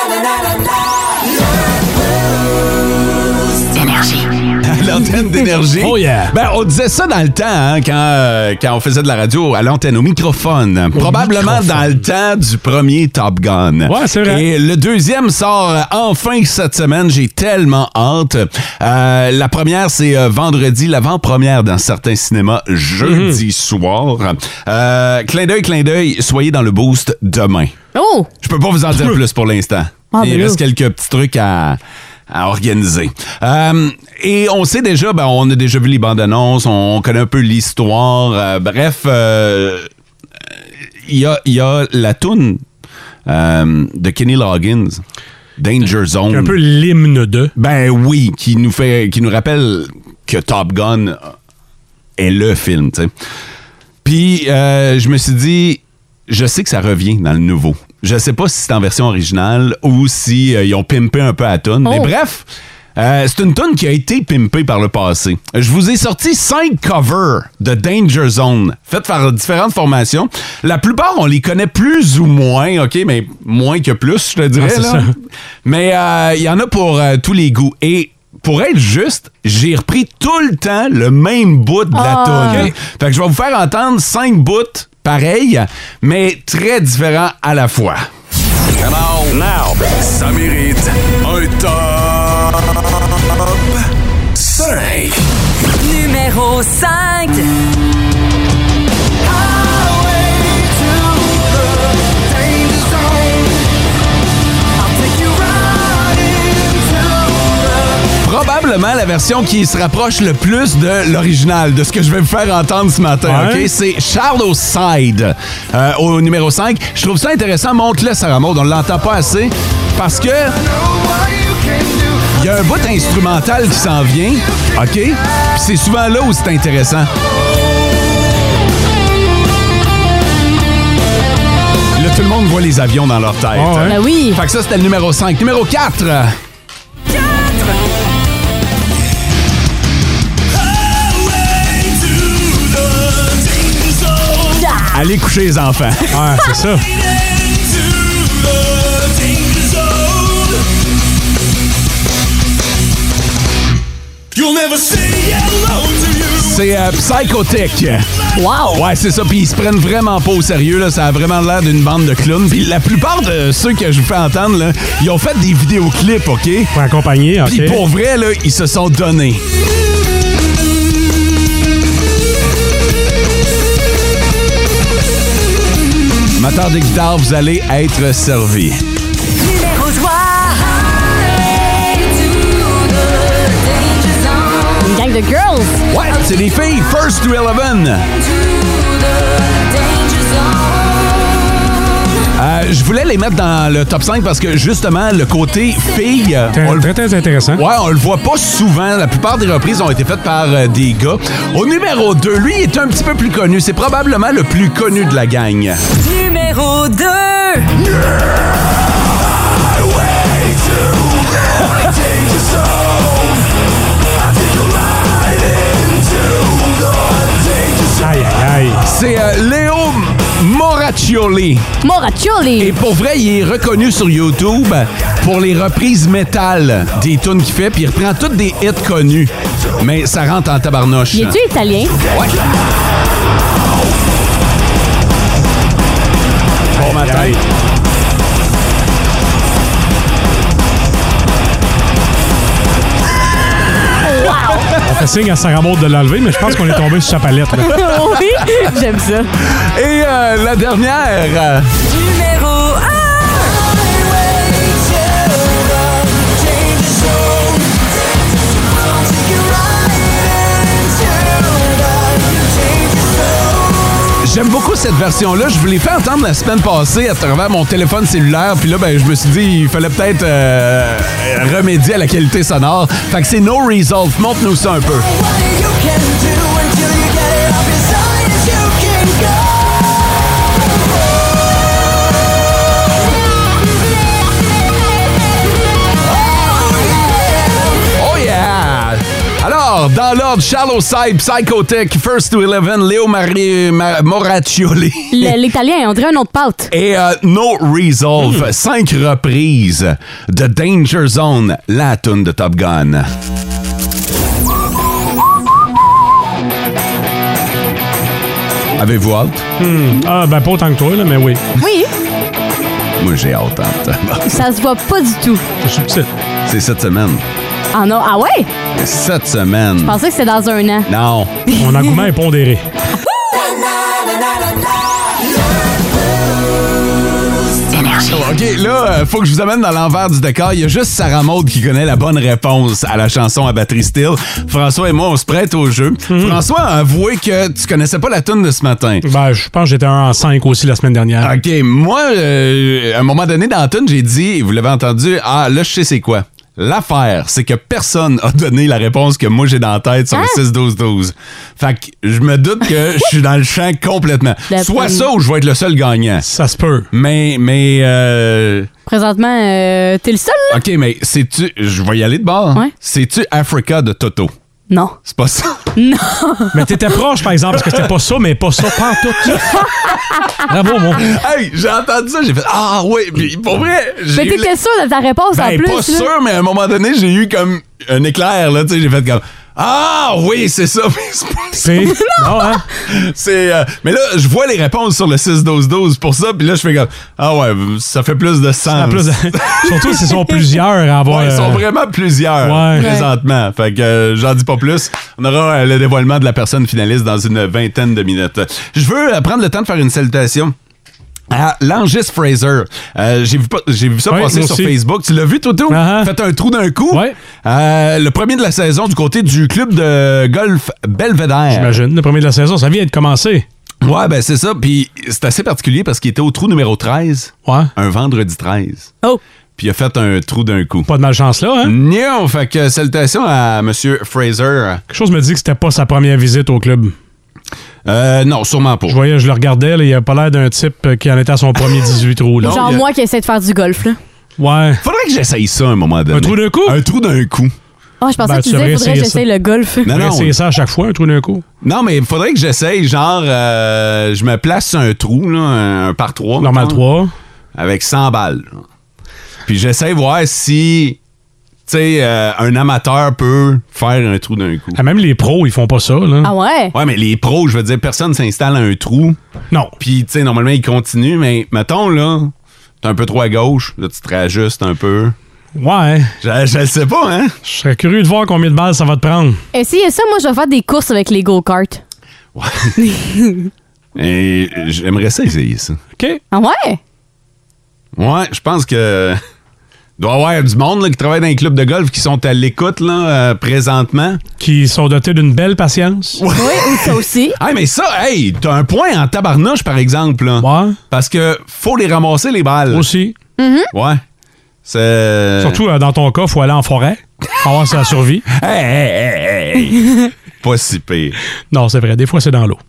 [SPEAKER 3] l'antenne d'énergie.
[SPEAKER 5] Oh yeah.
[SPEAKER 3] Ben, on disait ça dans le temps, hein, quand, euh, quand on faisait de la radio à l'antenne, au microphone. Probablement
[SPEAKER 5] microphone.
[SPEAKER 3] dans le temps du premier Top Gun.
[SPEAKER 5] Ouais, c'est vrai.
[SPEAKER 3] Et le deuxième sort euh, enfin cette semaine. J'ai tellement hâte. Euh, la première, c'est euh, vendredi, l'avant-première dans certains cinémas, jeudi
[SPEAKER 5] Mhm.
[SPEAKER 3] soir. Euh, clin d'œil, clin d'œil, soyez dans le boost demain.
[SPEAKER 4] Oh!
[SPEAKER 3] Je peux pas vous en dire plus pour l'instant.
[SPEAKER 4] Ah,
[SPEAKER 3] Il
[SPEAKER 4] ben
[SPEAKER 3] reste quelques petits trucs à, à organiser. Euh, et on sait déjà, ben, on a déjà vu les bandes annonces, on, connaît un peu l'histoire. euh, bref, euh, il y, a, il y a la toune euh, de Kenny Loggins, Danger Zone.
[SPEAKER 5] Un peu l'hymne de.
[SPEAKER 3] Ben oui, qui nous fait, qui nous rappelle que Top Gun est le film, tu sais. Puis euh, je me suis dit, je sais que ça revient dans le nouveau. Je sais pas si c'est en version originale ou si euh, ils ont pimpé un peu à tune. Mais
[SPEAKER 4] Oh.
[SPEAKER 3] bref, euh, c'est une tune qui a été pimpée par le passé. Je vous ai sorti cinq covers de Danger Zone, faites par différentes formations. La plupart, on les connaît plus ou moins, ok, mais moins que plus, je te dirais.
[SPEAKER 5] Ah, c'est
[SPEAKER 3] là.
[SPEAKER 5] ça.
[SPEAKER 3] Mais euh, il y en a pour euh, tous les goûts. Et pour être juste, j'ai repris tout le temps le même bout de la
[SPEAKER 4] Ah.
[SPEAKER 3] toune. Fait que je vais vous faire entendre cinq bouts pareils, mais très différents à la fois.
[SPEAKER 12] Come on, now. Ça mérite un top 5.
[SPEAKER 10] Numéro 5.
[SPEAKER 3] Probablement la version qui se rapproche le plus de l'original, de ce que je vais vous faire entendre ce matin.
[SPEAKER 5] Ouais.
[SPEAKER 3] ok? C'est Charles au Side, euh, au numéro 5. Je trouve ça intéressant. Montre-le, Sarah Maud. On l'entend pas assez parce que il y a un bout instrumental qui s'en vient. OK? Puis c'est souvent là où c'est intéressant. Là, tout le monde voit les avions dans leur tête.
[SPEAKER 5] Ah ouais.
[SPEAKER 4] Ben oui.
[SPEAKER 3] Fait que ça, c'était le numéro 5. Numéro 4! Allez coucher les enfants.
[SPEAKER 5] Ouais, Ah, c'est ça.
[SPEAKER 12] You'll never say hello to you.
[SPEAKER 3] C'est euh, Psychotech.
[SPEAKER 4] Wow!
[SPEAKER 3] Ouais, c'est ça. Puis ils se prennent vraiment pas au sérieux. Là. Ça a vraiment l'air d'une bande de clowns. Puis la plupart de ceux que je vous fais entendre, là, ils ont fait des vidéoclips, OK?
[SPEAKER 5] Pour accompagner, OK.
[SPEAKER 3] Puis pour vrai, là, ils se sont donnés. Matin de guitare, vous allez être servi.
[SPEAKER 10] Numéro 3.
[SPEAKER 4] Une gang de The Girls.
[SPEAKER 3] Ouais, c'est les filles First to Eleven. Euh, je voulais les mettre dans le top 5 parce que justement, le côté fille.
[SPEAKER 5] Très, très intéressant.
[SPEAKER 3] Ouais, on le voit pas souvent. La plupart des reprises ont été faites par euh, des gars. Au numéro 2, lui il est un petit peu plus connu. C'est probablement le plus connu de la gang.
[SPEAKER 10] Numéro 2.
[SPEAKER 5] Aïe, aïe, aïe.
[SPEAKER 3] C'est euh, Léo Moraccioli.
[SPEAKER 4] Moraccioli.
[SPEAKER 3] Et pour vrai, il est reconnu sur YouTube pour les reprises métal des tunes qu'il fait, puis il reprend toutes des hits connus. Mais ça rentre en tabarnouche.
[SPEAKER 4] Il est-tu italien?
[SPEAKER 3] Ouais. Bon matin.
[SPEAKER 5] On fait signe à Sarah Maud de l'enlever, mais je pense qu'on est tombé sur sa palette. là.
[SPEAKER 4] oui, j'aime ça.
[SPEAKER 3] Et euh, la dernière. euh,
[SPEAKER 10] Numéro 1.
[SPEAKER 3] J'aime beaucoup cette version-là. Je vous l'ai fait entendre la semaine passée à travers mon téléphone cellulaire. Puis là, ben, je me suis dit, il fallait peut-être euh, remédier à la qualité sonore. Fait que c'est No Resolve. Montre-nous ça un peu. Oh yeah! Alors, dans l'ordre, Shallow Side, Psychotech, First to Eleven, Léo Marie, Ma- Moraccioli.
[SPEAKER 4] Le- L'italien, on dirait un autre pâte.
[SPEAKER 3] Et euh, No Resolve, cinq reprises de Danger Zone, la tune de Top Gun. Avez-vous hâte?
[SPEAKER 5] Hmm. Ah, ben pas autant que toi, là, mais oui.
[SPEAKER 4] Oui,
[SPEAKER 3] Moi, j'ai hâte. hein.
[SPEAKER 4] ça se voit pas du tout.
[SPEAKER 5] C'est subtil.
[SPEAKER 3] C'est cette semaine.
[SPEAKER 4] Ah non, ah ouais?
[SPEAKER 3] Cette semaine.
[SPEAKER 4] Je pensais que c'était dans un an.
[SPEAKER 3] Non.
[SPEAKER 5] Mon engouement est pondéré.
[SPEAKER 3] OK, là, euh, faut que je vous amène dans l'envers du décor. Il y a juste Sarah Maud qui connaît la bonne réponse à la chanson à batterie style. François et moi, on se prête au jeu.
[SPEAKER 5] Mhm.
[SPEAKER 3] François a avoué que tu connaissais pas la tune de ce matin.
[SPEAKER 5] Ben, je pense que j'étais un en 5 aussi la semaine dernière.
[SPEAKER 3] OK, moi, euh, à un moment donné dans la tune, j'ai dit, vous l'avez entendu, ah, là, je sais c'est quoi. L'affaire, c'est que personne a donné la réponse que moi j'ai dans la tête sur le 6-12-12. Fait que je me doute que je suis dans le champ complètement.
[SPEAKER 4] La
[SPEAKER 3] Soit
[SPEAKER 4] première.
[SPEAKER 3] ça ou je vais être le seul gagnant.
[SPEAKER 5] Ça se peut.
[SPEAKER 3] Mais, mais, euh,
[SPEAKER 4] Présentement, euh, t'es le seul, là?
[SPEAKER 3] OK, mais c'est-tu. Je vais y aller de bord.
[SPEAKER 4] Ouais.
[SPEAKER 3] C'est-tu Africa de Toto?
[SPEAKER 4] Non.
[SPEAKER 3] C'est pas ça?
[SPEAKER 5] Mais t'étais proche, par exemple, parce que c'était pas ça, mais pas ça, pas en tout. Bravo, mon.
[SPEAKER 3] hey, j'ai entendu ça, j'ai fait Ah oui, puis pour vrai. j'ai
[SPEAKER 4] Mais
[SPEAKER 3] eu
[SPEAKER 4] t'étais
[SPEAKER 3] la-
[SPEAKER 4] sûr de ta réponse en
[SPEAKER 3] Ben,
[SPEAKER 4] plus.
[SPEAKER 3] pas
[SPEAKER 4] là.
[SPEAKER 3] sûr, mais à un moment donné, j'ai eu comme un éclair, là, tu sais, j'ai fait comme Ah oui, c'est ça, mais c'est pas ça.
[SPEAKER 5] C'est. Non, hein?
[SPEAKER 3] C'est, euh, mais là, je vois les réponses sur le 6-12-12 pour ça, puis là, je fais comme Ah ouais, ça fait plus de sens.
[SPEAKER 5] En plus, surtout s'ils sont plusieurs à avoir.
[SPEAKER 3] Ouais, ils sont
[SPEAKER 5] euh,
[SPEAKER 3] vraiment plusieurs
[SPEAKER 5] Ouais.
[SPEAKER 3] présentement. Fait que euh, j'en dis pas plus. On aura euh, le dévoilement de la personne finaliste dans une vingtaine de minutes. Je veux euh, prendre le temps de faire une salutation. À Langis Fraser. Euh, j'ai, vu pas- j'ai vu ça
[SPEAKER 5] Ouais,
[SPEAKER 3] passer
[SPEAKER 5] moi
[SPEAKER 3] sur
[SPEAKER 5] aussi.
[SPEAKER 3] Facebook. Tu l'as vu, Toto?
[SPEAKER 5] Ah ah.
[SPEAKER 3] Fait un trou d'un coup.
[SPEAKER 5] Ouais.
[SPEAKER 3] Euh, le premier de la saison du côté du club de golf Belvedere.
[SPEAKER 5] J'imagine, le premier de la saison, ça vient de commencer.
[SPEAKER 3] Ouais, ben c'est ça. Puis c'est assez particulier parce qu'il était au trou numéro 13,
[SPEAKER 5] Ouais.
[SPEAKER 3] un vendredi 13.
[SPEAKER 4] Oh,
[SPEAKER 3] Puis il a fait un trou d'un coup.
[SPEAKER 5] Pas de malchance là, hein?
[SPEAKER 3] Non, fait que salutations à Monsieur Fraser.
[SPEAKER 5] Quelque chose me dit que c'était pas sa première visite au club.
[SPEAKER 3] Euh, non, sûrement pas.
[SPEAKER 5] Je voyais, je le regardais, là, il a pas l'air d'un type euh, qui en était à son premier 18 trous, là.
[SPEAKER 3] Non,
[SPEAKER 4] genre
[SPEAKER 3] il y a-
[SPEAKER 4] moi qui essaie de faire du golf, là.
[SPEAKER 5] Ouais.
[SPEAKER 3] Faudrait que j'essaye ça à un moment donné.
[SPEAKER 5] Un trou d'un coup?
[SPEAKER 3] Un trou d'un coup.
[SPEAKER 4] Ah, je pensais
[SPEAKER 5] Ben,
[SPEAKER 4] que tu
[SPEAKER 5] tu
[SPEAKER 4] disais, faudrait
[SPEAKER 5] devrais
[SPEAKER 4] que
[SPEAKER 5] essayer
[SPEAKER 4] j'essaie le golf.
[SPEAKER 3] Non,
[SPEAKER 5] On va
[SPEAKER 3] non.
[SPEAKER 5] essayer ça à chaque fois, un trou d'un coup.
[SPEAKER 3] Non, mais faudrait que j'essaye, genre, euh, je me place sur un trou, là, un, un par trois.
[SPEAKER 5] Normal
[SPEAKER 3] mettons,
[SPEAKER 5] 3.
[SPEAKER 3] Avec 100 balles. là. Puis j'essaye voir si, tu sais, euh, un amateur peut faire un trou d'un coup.
[SPEAKER 5] Ah, même les pros, ils font pas ça, là.
[SPEAKER 4] Ah ouais?
[SPEAKER 3] Ouais, mais les pros, je veux dire, personne s'installe à un trou.
[SPEAKER 5] Non.
[SPEAKER 3] Puis, tu sais, normalement, ils continuent, mais mettons, là, t'es un peu trop à gauche, là, tu te réajustes un peu.
[SPEAKER 5] Ouais.
[SPEAKER 3] Je, je le sais pas, hein?
[SPEAKER 5] Je serais curieux de voir combien de balles ça va te prendre.
[SPEAKER 4] Essayez ça, moi, je vais faire des courses avec les go-karts.
[SPEAKER 3] Et j'aimerais ça essayer ça.
[SPEAKER 5] OK?
[SPEAKER 4] Ah ouais?
[SPEAKER 3] Ouais, je pense que doit y avoir du monde là, qui travaille dans les clubs de golf qui sont à l'écoute là, euh, présentement.
[SPEAKER 5] Qui sont dotés d'une belle patience.
[SPEAKER 4] Oui, ça aussi.
[SPEAKER 3] Ah, mais ça, hey, t'as un point en tabarnouche, par exemple. Là, Parce que faut les ramasser, les balles.
[SPEAKER 5] Aussi.
[SPEAKER 3] Ouais. C'est...
[SPEAKER 5] Surtout euh, dans ton cas, faut aller en forêt. Avoir sa survie.
[SPEAKER 3] Hey, hey, hey, hey. Pas si pire.
[SPEAKER 5] Non, c'est vrai. Des fois, c'est dans l'eau.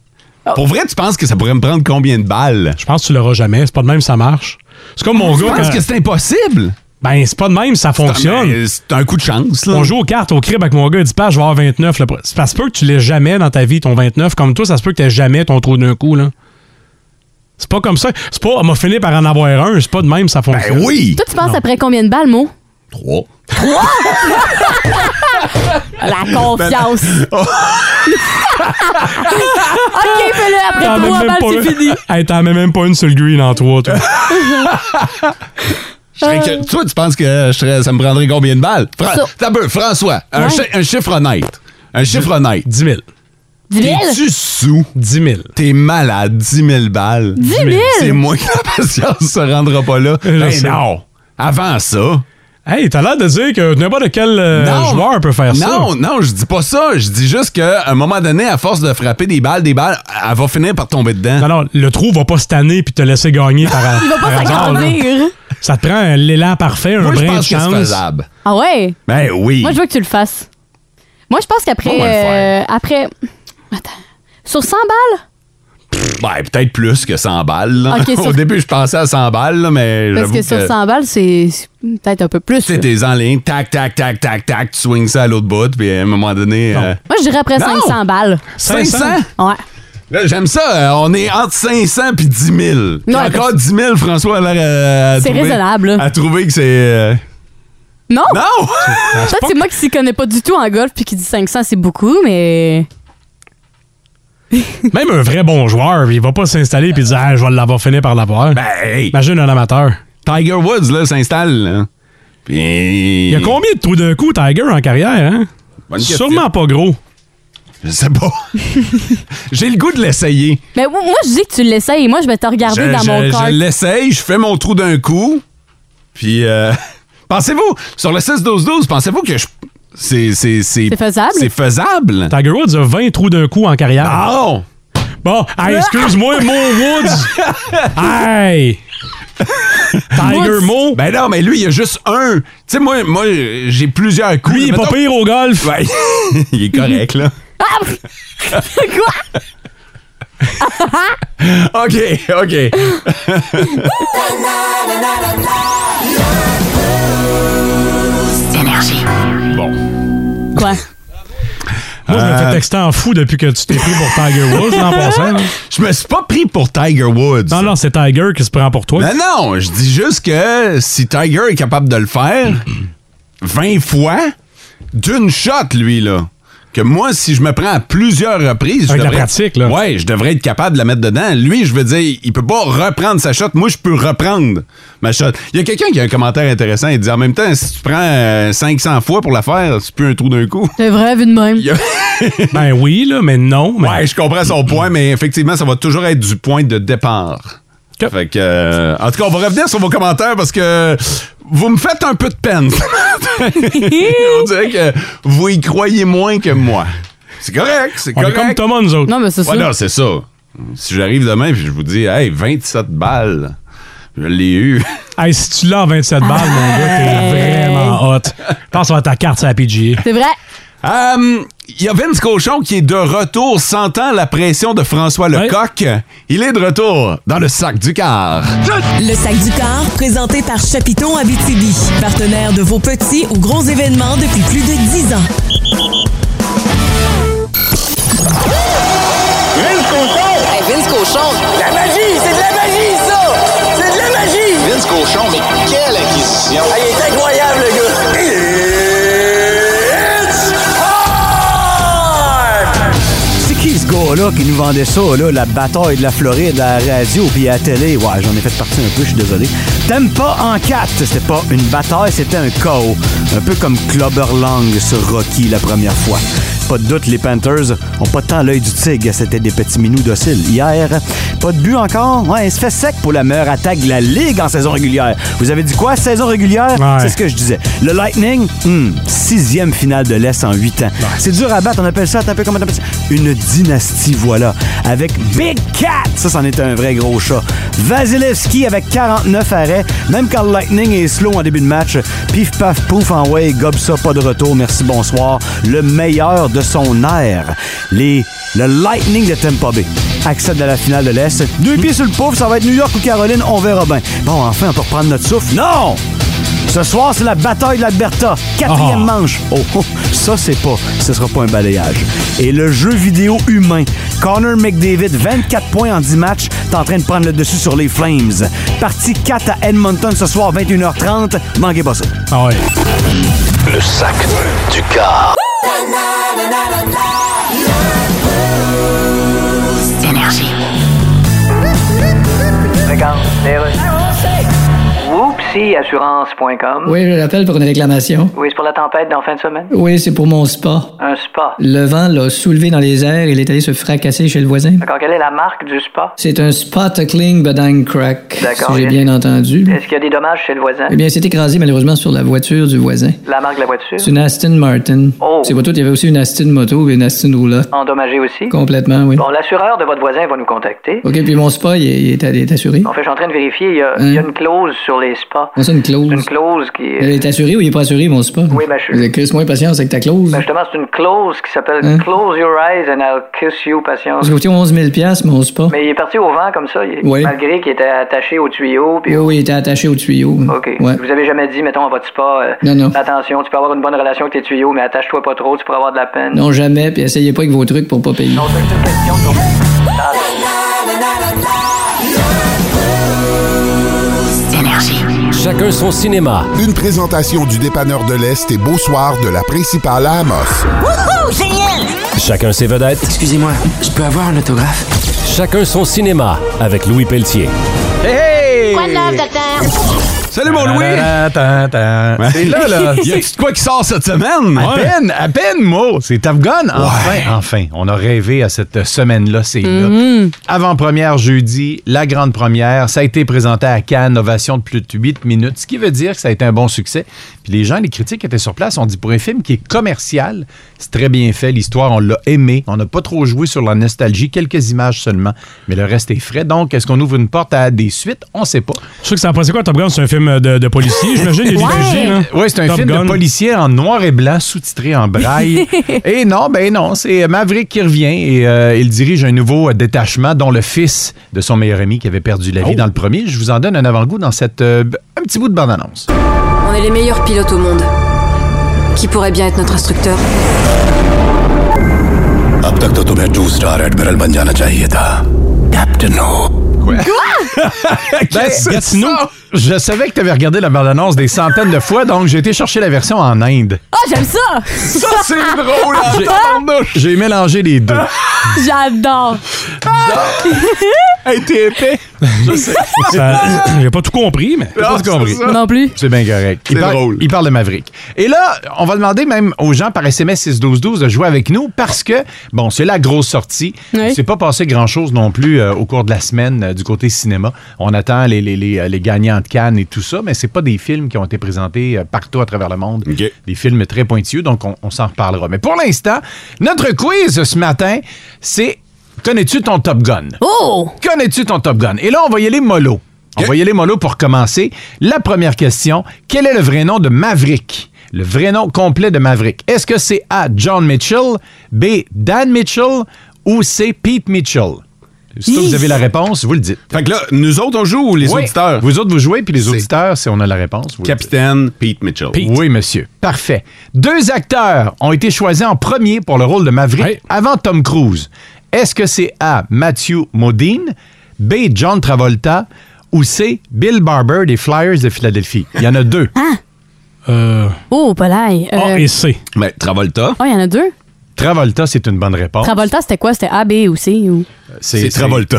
[SPEAKER 3] Pour vrai, tu penses que ça pourrait me prendre combien de balles?
[SPEAKER 5] Je pense que tu l'auras jamais. C'est pas de même, ça marche. C'est comme mon
[SPEAKER 3] Tu
[SPEAKER 5] gars.
[SPEAKER 3] penses
[SPEAKER 5] quand-
[SPEAKER 3] que c'est impossible?
[SPEAKER 5] Ben, c'est pas de même, ça fonctionne.
[SPEAKER 3] C'est un coup de chance, là.
[SPEAKER 5] On joue aux cartes au crib avec mon gars, il dit pas, je vais avoir 29. Là. Ça se peut que tu l'aies jamais dans ta vie, ton 29. Comme toi, ça se peut que t'aies jamais ton trou d'un coup, là. C'est pas comme ça. C'est pas, on m'a fini par en avoir un. C'est pas de même,
[SPEAKER 3] Ben
[SPEAKER 5] ça
[SPEAKER 3] Eh
[SPEAKER 5] fonctionne.
[SPEAKER 4] Toi, tu penses
[SPEAKER 5] Non.
[SPEAKER 4] après combien de balles, Mo?
[SPEAKER 3] Trois.
[SPEAKER 4] La
[SPEAKER 3] Ben,
[SPEAKER 4] confiance.
[SPEAKER 3] Oh.
[SPEAKER 4] OK, fais-le après
[SPEAKER 5] T'en mets
[SPEAKER 4] trois
[SPEAKER 5] même
[SPEAKER 4] balles,
[SPEAKER 5] pas
[SPEAKER 4] c'est
[SPEAKER 5] une.
[SPEAKER 4] fini.
[SPEAKER 5] Hey, t'en mets même pas une sur le green en trois, toi.
[SPEAKER 3] Je serais que- Toi, tu penses que euh, je serais- ça me prendrait combien de balles? Fran-
[SPEAKER 4] Ça-
[SPEAKER 3] T'as un peu, François, un,
[SPEAKER 4] Ouais.
[SPEAKER 3] chi- un chiffre honnête. Un chiffre honnête.
[SPEAKER 5] 10 000.
[SPEAKER 4] 10 000?
[SPEAKER 3] T'es-tu sous?
[SPEAKER 5] 10 000.
[SPEAKER 3] T'es malade, 10 000 balles.
[SPEAKER 4] 10 000?
[SPEAKER 3] C'est moi qui la patience se rendra pas là.
[SPEAKER 5] Je
[SPEAKER 3] Ben
[SPEAKER 5] sais. Euh,
[SPEAKER 3] non! Avant ça.
[SPEAKER 5] Hey, t'as l'air de dire que n'importe quel euh, joueur peut faire ça.
[SPEAKER 3] Non, non, je dis pas ça. Je dis juste qu'à un moment donné, à force de frapper des balles, des balles, elle va finir par tomber dedans.
[SPEAKER 5] Non, non, le trou va pas se tanner puis te laisser gagner par
[SPEAKER 4] Il va
[SPEAKER 5] par
[SPEAKER 4] pas
[SPEAKER 5] hasard, là.
[SPEAKER 4] s'agrandir.
[SPEAKER 5] Ça te prend un- l'élan parfait, un
[SPEAKER 3] Moi, je
[SPEAKER 5] brin de
[SPEAKER 3] pense que c'est
[SPEAKER 5] chance.
[SPEAKER 3] faisable.
[SPEAKER 4] Ah ouais?
[SPEAKER 3] Ben oui.
[SPEAKER 4] Moi, je veux que tu le fasses. Moi, je pense qu'après.
[SPEAKER 3] On va le faire.
[SPEAKER 4] euh, après. Attends. Sur 100 balles?
[SPEAKER 3] Ben, peut-être plus que 100 balles. là.
[SPEAKER 4] Ok,
[SPEAKER 3] Au
[SPEAKER 4] sur-
[SPEAKER 3] début, je pensais à 100 balles, là, mais.
[SPEAKER 4] Parce
[SPEAKER 3] j'avoue
[SPEAKER 4] que sur 100 balles, c'est c'est peut-être un peu plus.
[SPEAKER 3] Tu sais,
[SPEAKER 4] là.
[SPEAKER 3] t'es en ligne, tac, tac, tac, tac, tac, tu swings ça à l'autre bout, puis à un moment donné. euh,
[SPEAKER 4] Moi, je dirais après
[SPEAKER 3] Non!
[SPEAKER 4] 500 balles.
[SPEAKER 3] 500?
[SPEAKER 4] Ouais.
[SPEAKER 3] Là, j'aime ça, euh, on est entre 500 puis 10 000. Puis
[SPEAKER 4] Ouais,
[SPEAKER 3] encore 10 000, François a l'air euh, à
[SPEAKER 4] C'est
[SPEAKER 3] trouver-
[SPEAKER 4] raisonnable, là.
[SPEAKER 3] À trouver que c'est. euh,
[SPEAKER 4] Non!
[SPEAKER 3] Non!
[SPEAKER 4] Peut-être c'est moi qui s'y connais pas du tout en golf puis qui dit 500, c'est beaucoup, mais.
[SPEAKER 5] Même un vrai bon joueur, il va pas s'installer puis dire ah, je vais l'avoir fini par l'avoir.
[SPEAKER 3] Ben, hey,
[SPEAKER 5] Imagine un amateur.
[SPEAKER 3] Tiger Woods, là, s'installe, là. Puis.
[SPEAKER 5] Il y a combien de trous d'un coup, Tiger, en carrière, hein?
[SPEAKER 3] Bonne question.
[SPEAKER 5] Sûrement pas gros.
[SPEAKER 3] Je sais pas. J'ai le goût de l'essayer.
[SPEAKER 4] Mais moi, moi, je dis que tu l'essayes. Moi, je vais te regarder
[SPEAKER 3] je,
[SPEAKER 4] dans
[SPEAKER 3] je-
[SPEAKER 4] mon
[SPEAKER 3] je
[SPEAKER 4] corps.
[SPEAKER 3] l'essaye, je fais mon trou d'un coup. Puis, euh, pensez-vous, sur le 6-12-12, pensez-vous que je. C'est, c'est, c'est,
[SPEAKER 4] C'est faisable?
[SPEAKER 3] C'est faisable. Ah!
[SPEAKER 5] Tiger Woods a 20 trous d'un coup en carrière.
[SPEAKER 3] Non!
[SPEAKER 5] Bon, hey, excuse-moi, Mo Woods. hey! Tiger
[SPEAKER 4] Woods.
[SPEAKER 5] Mo,
[SPEAKER 3] Ben non, mais lui, il y a juste un. Tu sais, moi, moi j'ai plusieurs coups.
[SPEAKER 5] lui, il est
[SPEAKER 3] Mettons-
[SPEAKER 5] pas pire au golf.
[SPEAKER 3] Ouais, il est correct, là.
[SPEAKER 4] Ah! Quoi?
[SPEAKER 3] OK, OK.
[SPEAKER 4] Quoi?
[SPEAKER 5] Moi, je me
[SPEAKER 3] Euh.
[SPEAKER 5] fais texter en fou depuis que tu t'es pris pour Tiger Woods, en passant. hein.
[SPEAKER 3] Je me suis pas pris pour Tiger Woods.
[SPEAKER 5] Non, non, c'est Tiger qui se prend pour toi.
[SPEAKER 3] Non, Ben non, je dis juste que si Tiger est capable de le faire 20 fois, d'une shot, lui, là. Que moi, si je me prends à plusieurs reprises. je
[SPEAKER 5] Avec la
[SPEAKER 3] devrais-
[SPEAKER 5] pratique, là.
[SPEAKER 3] Ouais, je devrais être capable de la mettre dedans. Lui, je veux dire, il peut pas reprendre sa shot. Moi, je peux reprendre ma shot. Il y a quelqu'un qui a un commentaire intéressant. Il dit en même temps, si tu prends euh, 500 fois pour la faire, c'est plus un trou d'un coup.
[SPEAKER 4] C'est vrai, vu de même.
[SPEAKER 3] Il y a-
[SPEAKER 5] Ben oui, là, mais non. mais-
[SPEAKER 3] Ouais, je comprends son point, mais effectivement, ça va toujours être du point de départ.
[SPEAKER 5] Ok.
[SPEAKER 3] Fait que, euh, en tout cas, on va revenir sur vos commentaires parce que vous me faites un peu de peine. on dirait que vous y croyez moins que moi. C'est correct, c'est
[SPEAKER 5] On est
[SPEAKER 3] correct.
[SPEAKER 5] comme Thomas, nous autres.
[SPEAKER 4] Non, mais c'est ça.
[SPEAKER 3] Voilà, c'est ça. Si j'arrive demain et je vous dis, hey, 27 balles, je l'ai eu.
[SPEAKER 5] Hey, si tu l'as en 27 balles, mon gars,
[SPEAKER 4] Ah.
[SPEAKER 5] t'es vraiment hot. Je pense que ça va être ta carte sur la PGA.
[SPEAKER 4] C'est vrai.
[SPEAKER 3] Hum, Il y a Vince Cochon qui est de retour, sentant la pression de François Lecoq. Il est de retour dans le sac du car.
[SPEAKER 10] Le sac du corps, présenté par Chapiton Abitibi, partenaire de vos petits ou gros événements depuis plus de 10 ans.
[SPEAKER 9] Hey, Vince Cochon! La magie! C'est de la magie, ça! C'est de la magie!
[SPEAKER 12] Vince Cochon, mais quelle acquisition!
[SPEAKER 9] Ah, il est incroyable, le gars! It's time!
[SPEAKER 13] C'est qui ce gars-là qui nous vendait ça, là, la bataille de la Floride à la radio puis à la télé? Ouais, j'en ai fait partie un peu, je suis désolé. T'aimes pas en 4, c'était pas une bataille, c'était un chaos. Un peu comme Clobberlang sur Rocky la première fois. Pas de doute, les Panthers ont pas tant l'œil du tigre. C'était des petits minous dociles hier. Pas de but encore. Ouais, il se fait sec pour la meilleure attaque de la Ligue en saison régulière. Vous avez dit quoi? Saison régulière?
[SPEAKER 5] Ouais.
[SPEAKER 13] C'est ce que je disais. Le Lightning, hmm, sixième finale de l'Est en huit ans. C'est dur à battre. On appelle ça, attends un peu comment on appelle ça? Une dynastie, voilà. Avec Big Cat. Ça, c'en est un vrai gros chat. Vasilevski avec 49 arrêts. Même quand le Lightning est slow en début de match, pif paf pouf en way, gobe ça, pas de retour. Merci, bonsoir. Le meilleur de son air. Les, le Lightning de Tampa Bay accède à la finale de l'Est. Deux pieds sur le pouf, ça va être New York ou Caroline, on verra bien. Bon, enfin, on peut reprendre notre souffle. Non! Ce soir, c'est la bataille de l'Alberta. Quatrième
[SPEAKER 5] Ah.
[SPEAKER 13] manche. Oh, oh, ça, c'est pas. Ce sera pas un balayage. Et le jeu vidéo humain. Connor McDavid, 24 points en 10 matchs. T'es en train de prendre le dessus sur les Flames. Partie 4 à Edmonton ce soir, 21h30. Manquez pas ça.
[SPEAKER 5] Ah ouais.
[SPEAKER 14] Le sac du car.
[SPEAKER 15] Énergie.
[SPEAKER 7] Regarde, les Oupsiassurance.com.
[SPEAKER 8] Oui, je l'appelle pour une réclamation.
[SPEAKER 7] Oui, c'est pour la tempête d'en fin de semaine.
[SPEAKER 8] Oui, c'est pour mon spa.
[SPEAKER 7] Un spa.
[SPEAKER 8] Le vent l'a soulevé dans les airs et il est allé se fracasser chez le voisin.
[SPEAKER 7] D'accord, quelle est la marque du spa?
[SPEAKER 8] C'est un spa tuckling bedang crack, si
[SPEAKER 7] D'accord.
[SPEAKER 8] j'ai bien entendu.
[SPEAKER 7] Est-ce qu'il y a des dommages chez le voisin?
[SPEAKER 8] Eh bien, c'est écrasé malheureusement sur la voiture du voisin.
[SPEAKER 7] La marque de la voiture?
[SPEAKER 8] C'est une Aston Martin.
[SPEAKER 7] Oh.
[SPEAKER 8] C'est pas tout, il y avait aussi une Aston moto et une Aston roulotte.
[SPEAKER 7] Endommagée aussi?
[SPEAKER 8] Complètement, oui.
[SPEAKER 7] Bon, l'assureur de votre voisin va nous contacter.
[SPEAKER 8] OK, puis mon spa, il est, il est- il est assuré.
[SPEAKER 7] En fait, je suis en train de vérifier, il y
[SPEAKER 8] Hein?
[SPEAKER 7] a, il y a une clause sur les spas.
[SPEAKER 8] On ça une clause.
[SPEAKER 7] Une clause qui
[SPEAKER 8] Il
[SPEAKER 7] est...
[SPEAKER 8] est assuré ou il est pas assuré, mon spa? Oui,
[SPEAKER 7] ben,
[SPEAKER 8] je suis. moins patience avec ta clause.
[SPEAKER 7] Ben, justement, c'est une clause qui s'appelle
[SPEAKER 8] Hein?
[SPEAKER 7] Close your eyes and I'll kiss you, patience.
[SPEAKER 8] Parce que vous étiez 11 000 piastres, mon spa.
[SPEAKER 7] Mais il est parti au vent comme ça, il-
[SPEAKER 8] Oui.
[SPEAKER 7] malgré qu'il était attaché au tuyau. Puis
[SPEAKER 8] Oui, oui, il était attaché au tuyau.
[SPEAKER 7] OK.
[SPEAKER 8] Mm. Ouais.
[SPEAKER 7] Vous avez jamais dit, mettons, à votre spa, euh,
[SPEAKER 8] Non, non.
[SPEAKER 7] attention, tu peux avoir une bonne relation avec tes tuyaux, mais attache-toi pas trop, tu pourras avoir de la peine.
[SPEAKER 8] Non, jamais, puis essayez pas avec vos trucs pour pas payer.
[SPEAKER 11] Énergie. Chacun son cinéma. Une présentation du dépanneur de l'Est et Beau-Soir de la principale à Amos.
[SPEAKER 15] Wouhou! Génial!
[SPEAKER 16] Chacun ses vedettes. Excusez-moi, je peux avoir un autographe? Chacun son cinéma avec Louis Pelletier.
[SPEAKER 15] Hey! Quoi de neuf, docteur?
[SPEAKER 17] Salut mon Oh, Louis!
[SPEAKER 13] Euh,
[SPEAKER 3] C'est là, là.
[SPEAKER 17] y a de quoi qui sort cette semaine?
[SPEAKER 3] À
[SPEAKER 17] Ouais.
[SPEAKER 3] peine, à peine, Mo. C'est Top Gun. Enfin, enfin. On a rêvé à cette semaine-là. C'est là. Avant-première jeudi, la grande première. Ça a été présenté à Cannes, ovation de plus de 8 minutes, ce qui veut dire que ça a été un bon succès. Puis les gens, les critiques qui étaient sur place ont dit pour un film qui est commercial, c'est très bien fait. L'histoire, on l'a aimé. On n'a pas trop joué sur la nostalgie. Quelques images seulement. Mais le reste est frais. Donc, est-ce qu'on ouvre une porte à des suites? On sait pas.
[SPEAKER 5] Je sais que ça a passé quoi, Top Gun? C'est un film euh, de, de policier, j'imagine. Il y a l'imagine, hein?
[SPEAKER 3] Oui, c'est un
[SPEAKER 5] Top
[SPEAKER 3] film
[SPEAKER 5] Gun.
[SPEAKER 3] de policier en noir et blanc, sous-titré en braille. et non, ben non, c'est Maverick qui revient et euh, il dirige un nouveau euh, détachement dont le fils de son meilleur ami qui avait perdu la vie dans le premier. Je vous en donne un avant-goût dans cette euh, b- un petit bout de bande-annonce.
[SPEAKER 10] On est les meilleurs pilotes au monde. Qui pourrait bien être notre instructeur
[SPEAKER 18] अब तक तो तुम्हें टू स्टार एडमिरल बन जाना चाहिए था कैप्टन हो
[SPEAKER 3] Ben, Gatineau, je savais que tu avais regardé la bande-annonce des centaines de fois, donc j'ai été chercher la version en Inde.
[SPEAKER 4] Ah, j'aime ça!
[SPEAKER 17] Ça, c'est drôle,
[SPEAKER 4] Ah,
[SPEAKER 3] J'ai-
[SPEAKER 4] ah,
[SPEAKER 3] J'ai mélangé les deux.
[SPEAKER 4] J'adore!
[SPEAKER 3] hey, t'es épais! Je sais.
[SPEAKER 5] Ça- euh, J'ai pas tout compris, mais.
[SPEAKER 3] J'ai pas tout compris.
[SPEAKER 4] Non plus.
[SPEAKER 3] C'est bien correct. Il parle, Il parle de Maverick. Et là, on va demander même aux gens par SMS 6-12-12 de jouer avec nous parce que, bon, c'est la grosse sortie.
[SPEAKER 5] Oui.
[SPEAKER 3] C'est pas passé grand-chose non plus euh, au cours de la semaine euh, du côté cinéma. On attend les, les, les, euh, les gagnants de Cannes et tout ça, mais c'est pas des films qui ont été présentés euh, partout à travers le monde. Des films très pointilleux, donc on, on s'en reparlera. Mais pour l'instant, notre quiz ce matin, c'est Connais-tu ton Top Gun?
[SPEAKER 4] Oh!
[SPEAKER 3] Connais-tu ton Top Gun? Et là, on va y aller mollo. On va y aller mollo pour commencer. La première question, quel est le vrai nom de Maverick? Le vrai nom complet de Maverick. Est-ce que c'est A. John Mitchell, B. Dan Mitchell ou C. Pete Mitchell? Si vous avez la réponse, vous le dites.
[SPEAKER 17] Fait que là, nous autres, on joue ou les
[SPEAKER 3] Oui.
[SPEAKER 17] auditeurs?
[SPEAKER 3] Vous autres, vous jouez, puis les auditeurs, si on a la réponse. vous le
[SPEAKER 17] Capitaine Pete Mitchell.
[SPEAKER 3] Oui, monsieur. Parfait. Deux acteurs ont été choisis en premier pour le rôle de Maverick avant Tom Cruise. Est-ce que c'est A. Matthew Modine, B. John Travolta ou C. Bill Barber des Flyers de Philadelphie? Il y en a deux.
[SPEAKER 5] Euh,
[SPEAKER 4] Oh, Polaï! Euh,
[SPEAKER 3] C.
[SPEAKER 17] Mais Travolta.
[SPEAKER 4] oh, il y en a deux?
[SPEAKER 3] Travolta, c'est une bonne réponse.
[SPEAKER 4] Travolta, c'était quoi? C'était A, B ou C? Ou...
[SPEAKER 3] C'est Travolta.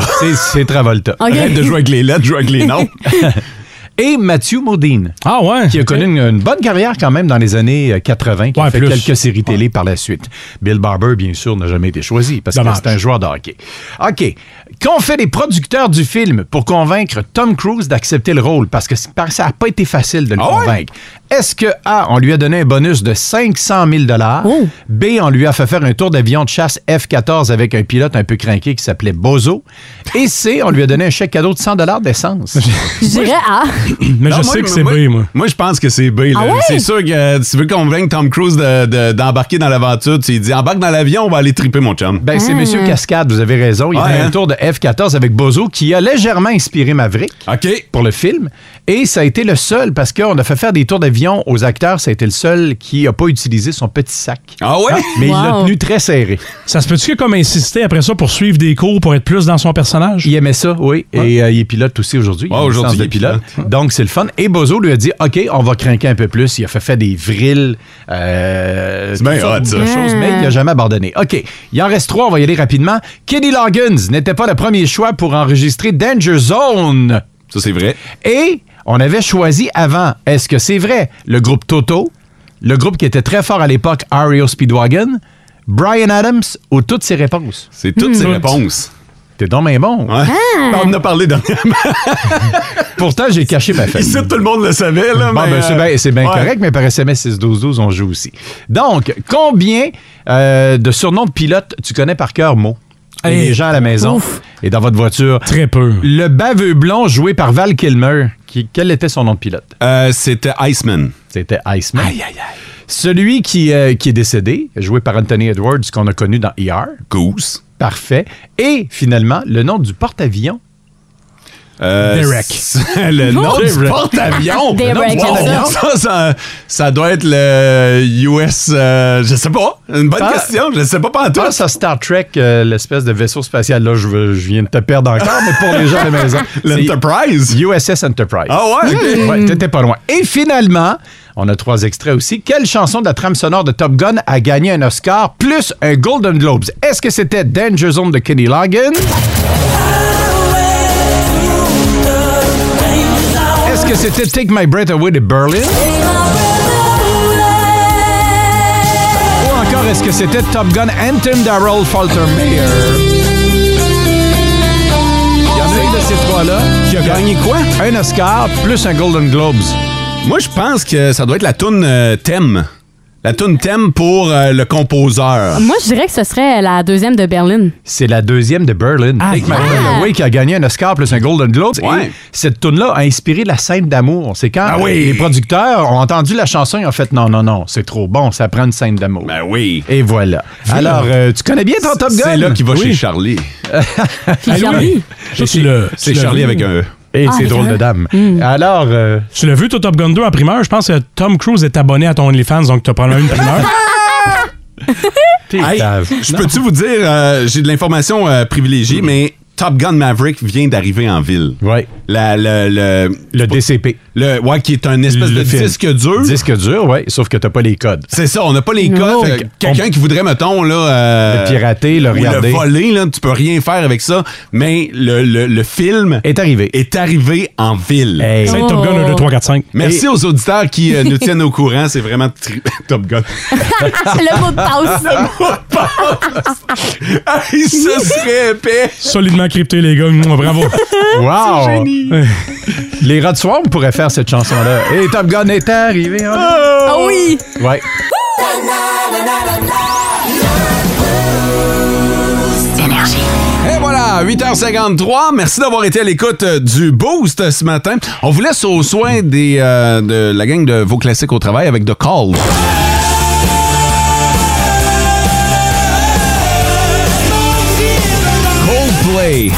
[SPEAKER 3] C'est Travolta.
[SPEAKER 4] Ok. Arrête de jouer
[SPEAKER 17] avec les lettres, joue avec les noms.
[SPEAKER 3] et Matthew Modine.
[SPEAKER 5] Ah ouais?
[SPEAKER 3] Qui a connu une, une bonne carrière quand même dans les années euh, 80, qui a
[SPEAKER 5] Ouais,
[SPEAKER 3] fait
[SPEAKER 5] plus.
[SPEAKER 3] quelques séries télé par la suite. Bill Barber, bien sûr, n'a jamais été choisi parce
[SPEAKER 5] Dommage.
[SPEAKER 3] que c'est un joueur de hockey. OK. Qu'ont fait les producteurs du film pour convaincre Tom Cruise d'accepter le rôle? Parce que c'est- parce que ça n'a pas été facile
[SPEAKER 11] Ah
[SPEAKER 3] de le convaincre. Est-ce que A, on lui a donné un bonus de 500 000
[SPEAKER 11] Oh.
[SPEAKER 3] B, on lui a fait faire un tour d'avion de chasse F-14 avec un pilote un peu craqué qui s'appelait Bozo. Et C, on lui a donné un chèque cadeau de 100 d'essence.
[SPEAKER 4] Je dirais A.
[SPEAKER 5] Mais
[SPEAKER 11] Non,
[SPEAKER 5] je
[SPEAKER 11] moi,
[SPEAKER 5] sais que c'est
[SPEAKER 11] moi-
[SPEAKER 5] B, moi.
[SPEAKER 11] Moi, je pense que c'est B. là.
[SPEAKER 4] Ah ouais?
[SPEAKER 11] C'est sûr que si tu veux convaincre Tom Cruise de- de- d'embarquer dans l'aventure, tu lui dis embarque dans l'avion, on va aller triper, mon chum.
[SPEAKER 3] Ben, c'est Monsieur Cascade, vous avez raison. Il y a
[SPEAKER 11] Ouais,
[SPEAKER 3] eu
[SPEAKER 11] hein?
[SPEAKER 3] un tour de F-14 avec Bozo qui a légèrement inspiré Maverick pour le film. Et ça a été le seul, parce qu'on a fait faire des tours d'avion aux acteurs, ça a été le seul qui n'a pas utilisé son petit sac.
[SPEAKER 11] Ah ouais?
[SPEAKER 3] Mais il
[SPEAKER 5] Wow.
[SPEAKER 3] l'a tenu très serré.
[SPEAKER 5] Ça se peut-tu que comme insister après ça pour suivre des cours pour être plus dans son personnage?
[SPEAKER 3] Il aimait ça, oui. Et euh, il est pilote aussi aujourd'hui. Il a une
[SPEAKER 11] aujourd'hui,
[SPEAKER 3] licence de
[SPEAKER 11] il est
[SPEAKER 3] pilote. Donc, c'est le fun. Et Bozo lui a dit OK, on va craquer un peu plus. Il a fait faire des vrilles. Euh,
[SPEAKER 11] bien
[SPEAKER 3] toutes sortes
[SPEAKER 11] hot, ça.
[SPEAKER 3] de choses, mais il n'a jamais abandonné. OK, il en reste trois. On va y aller rapidement. Kenny Loggins n'était pas le premier choix pour enregistrer Danger Zone.
[SPEAKER 11] Ça, c'est vrai.
[SPEAKER 3] Et on avait choisi avant, est-ce que c'est vrai, le groupe Toto, le groupe qui était très fort à l'époque, Ario Speedwagon, Brian Adams ou toutes ses réponses?
[SPEAKER 11] C'est toutes Hmm. ses réponses.
[SPEAKER 3] T'es donc bien bon.
[SPEAKER 11] Ah. On en a parlé dernièrement.
[SPEAKER 3] Pourtant, j'ai caché ma famille.
[SPEAKER 11] Ici, tout le monde le savait, là.
[SPEAKER 3] Bon,
[SPEAKER 11] mais, euh,
[SPEAKER 3] ben, c'est bien, c'est bien
[SPEAKER 11] ouais.
[SPEAKER 3] correct, mais par SMS 612-12, on joue aussi. Donc, combien euh, de surnoms de pilotes tu connais par cœur, Mo? Et
[SPEAKER 5] Hey.
[SPEAKER 3] les gens à la maison
[SPEAKER 5] Ouf.
[SPEAKER 3] et dans votre voiture.
[SPEAKER 5] Très
[SPEAKER 11] Hmm.
[SPEAKER 5] peu.
[SPEAKER 3] Le baveux blond joué par Val Kilmer. Qui, quel était son nom de pilote?
[SPEAKER 11] Euh, C'était Iceman.
[SPEAKER 3] C'était Iceman. Celui qui, euh, qui est décédé, joué par Anthony Edwards, qu'on a connu dans ER.
[SPEAKER 11] Goose.
[SPEAKER 3] Parfait. Et finalement, le nom du porte-avions.
[SPEAKER 11] Euh,
[SPEAKER 3] Derek.
[SPEAKER 11] c'est- Le nom du
[SPEAKER 3] Derek.
[SPEAKER 11] porte-avions.
[SPEAKER 3] Derek,
[SPEAKER 11] Le nom du
[SPEAKER 3] j'aime
[SPEAKER 11] porte-avions.
[SPEAKER 3] ça.
[SPEAKER 11] Ça, ça, ça doit être le US. euh, je sais pas. Une bonne
[SPEAKER 3] Pense-
[SPEAKER 11] question. Je sais pas pas tout.
[SPEAKER 3] Pense à Ah. Star Trek, euh, l'espèce de vaisseau spatial. Là, je, veux- je viens de te perdre encore, mais pour les gens à la maison.
[SPEAKER 11] L'Enterprise?
[SPEAKER 3] USS Enterprise.
[SPEAKER 11] Ah ouais?
[SPEAKER 3] Ok.
[SPEAKER 11] Hmm.
[SPEAKER 3] Ouais, t'étais pas loin. Et finalement, on a trois extraits aussi. Quelle chanson de la trame sonore de Top Gun a gagné un Oscar plus un Golden Globes? Est-ce que c'était Danger Zone de Kenny Loggins? Est-ce que c'était Take My Breath Away de Berlin? Ou encore est-ce que c'était Top Gun Anthem d'Harold Faltermeyer? Il y en a un de ces trois-là qui a gagné quoi? Un Oscar plus un Golden Globes.
[SPEAKER 11] Moi, je pense que ça doit être la toune euh, thème. La toune thème pour euh, le composeur.
[SPEAKER 4] Moi, je dirais que ce serait la deuxième de Berlin.
[SPEAKER 3] C'est la deuxième de Berlin.
[SPEAKER 11] Ah,
[SPEAKER 3] Take My Breath Away qui a gagné un Oscar plus un Golden Globe. Et cette tune-là a inspiré la scène d'amour. C'est quand
[SPEAKER 11] Ah oui!
[SPEAKER 3] les producteurs ont entendu la chanson et ont fait non, non, non, c'est trop bon, ça prend une scène d'amour.
[SPEAKER 11] Ben oui.
[SPEAKER 3] Et voilà. Alors, euh, tu connais bien ton Top Gun?
[SPEAKER 11] C'est là qu'il va
[SPEAKER 3] Oui.
[SPEAKER 11] chez Charlie.
[SPEAKER 5] Ah,
[SPEAKER 3] Charlie?
[SPEAKER 5] Ça, tu l'as-
[SPEAKER 11] C'est
[SPEAKER 5] tu l'as
[SPEAKER 11] Charlie
[SPEAKER 5] vu.
[SPEAKER 11] avec un. E. Hmm.
[SPEAKER 3] Et c'est drôle de dame. Alors. euh,
[SPEAKER 5] Tu l'as vu, toi, Top Gun 2 en primeur? Je pense que Tom Cruise est abonné à ton OnlyFans, donc t'as probablement une primeur.
[SPEAKER 11] Hey,
[SPEAKER 5] cave.
[SPEAKER 11] je
[SPEAKER 5] Non.
[SPEAKER 11] peux-tu vous dire, euh, j'ai de l'information euh, privilégiée, mais Top Gun Maverick vient d'arriver en ville.
[SPEAKER 3] Oui.
[SPEAKER 11] le, le,
[SPEAKER 3] DCP.
[SPEAKER 11] Le, ouais, qui est un espèce
[SPEAKER 3] Le
[SPEAKER 11] de
[SPEAKER 3] film.
[SPEAKER 11] disque dur.
[SPEAKER 3] Disque dur, oui, sauf que t'as pas les codes.
[SPEAKER 11] C'est ça, on n'a pas les codes.
[SPEAKER 3] Non.
[SPEAKER 11] Fait que Quelqu'un qui voudrait, mettons, là, euh,
[SPEAKER 3] Le pirater, le
[SPEAKER 11] ou
[SPEAKER 3] regarder.
[SPEAKER 11] Le voler, là, tu peux rien faire avec ça, mais le, le- le film.
[SPEAKER 3] Est arrivé.
[SPEAKER 11] Est arrivé en ville.
[SPEAKER 3] Eh,
[SPEAKER 5] C'est Top Gun 1, 2, 3, 4, 5.
[SPEAKER 11] Merci aux auditeurs qui euh, nous tiennent au courant, c'est vraiment tri- Top Gun.
[SPEAKER 4] le mot de passe.
[SPEAKER 11] Hey, ça serait épais.
[SPEAKER 5] Solidement crypté, les gars. Mouah, Bravo.
[SPEAKER 3] Wow! Les Rod Swarm pourraient faire cette chanson-là. Et Top Gun est arrivé. hein?
[SPEAKER 4] Ah oui!
[SPEAKER 3] Ouais.
[SPEAKER 11] Et voilà, 8h53. Merci d'avoir été à l'écoute euh, du Boost euh, ce matin. On vous laisse aux soins des, euh, de la gang de vos classiques au travail avec The Call. Coldplay.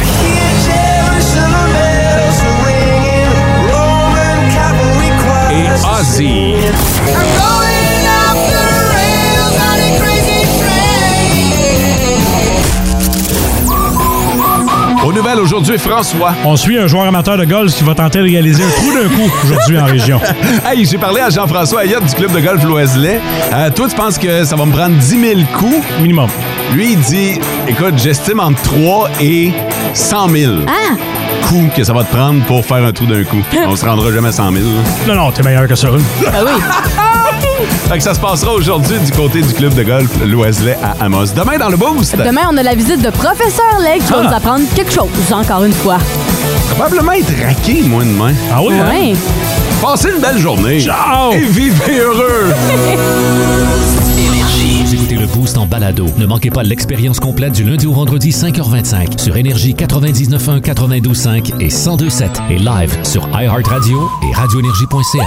[SPEAKER 11] Et Ozzy. Aux nouvelles aujourd'hui, François.
[SPEAKER 5] On suit un joueur amateur de golf qui va tenter de réaliser un trou d'un coup aujourd'hui en région.
[SPEAKER 11] Hey, j'ai parlé à Jean-François Ayotte du club de golf Loiselet. Euh, toi, tu penses que ça va me prendre 10 000 coups?
[SPEAKER 5] Minimum.
[SPEAKER 11] Lui, il dit, écoute, j'estime entre 3 et 100 000.
[SPEAKER 4] Ah!
[SPEAKER 3] coups que ça va te prendre pour faire un trou d'un coup. On se rendra jamais à 100 000. là.
[SPEAKER 5] Non, non, t'es meilleur que ça.
[SPEAKER 4] Ah oui.
[SPEAKER 3] Fait que ça se passera aujourd'hui du côté du club de golf L'Oiselet à Amos. Demain dans le Boost.
[SPEAKER 4] Demain, on a la visite de Professeur Lake qui va
[SPEAKER 3] Ah.
[SPEAKER 4] nous apprendre quelque chose, encore une fois.
[SPEAKER 3] Probablement être raqué, moi, demain. Ah
[SPEAKER 4] oui, hein? Ouais.
[SPEAKER 3] Passez une belle journée.
[SPEAKER 13] Ciao!
[SPEAKER 3] Et vivez heureux!
[SPEAKER 13] Vous écoutez le Boost en balado. Ne manquez pas l'expérience complète du lundi au vendredi 5h25 sur Énergie 99.1, 92.5 et 102.7 et live sur iHeartRadio et radioénergie.ca.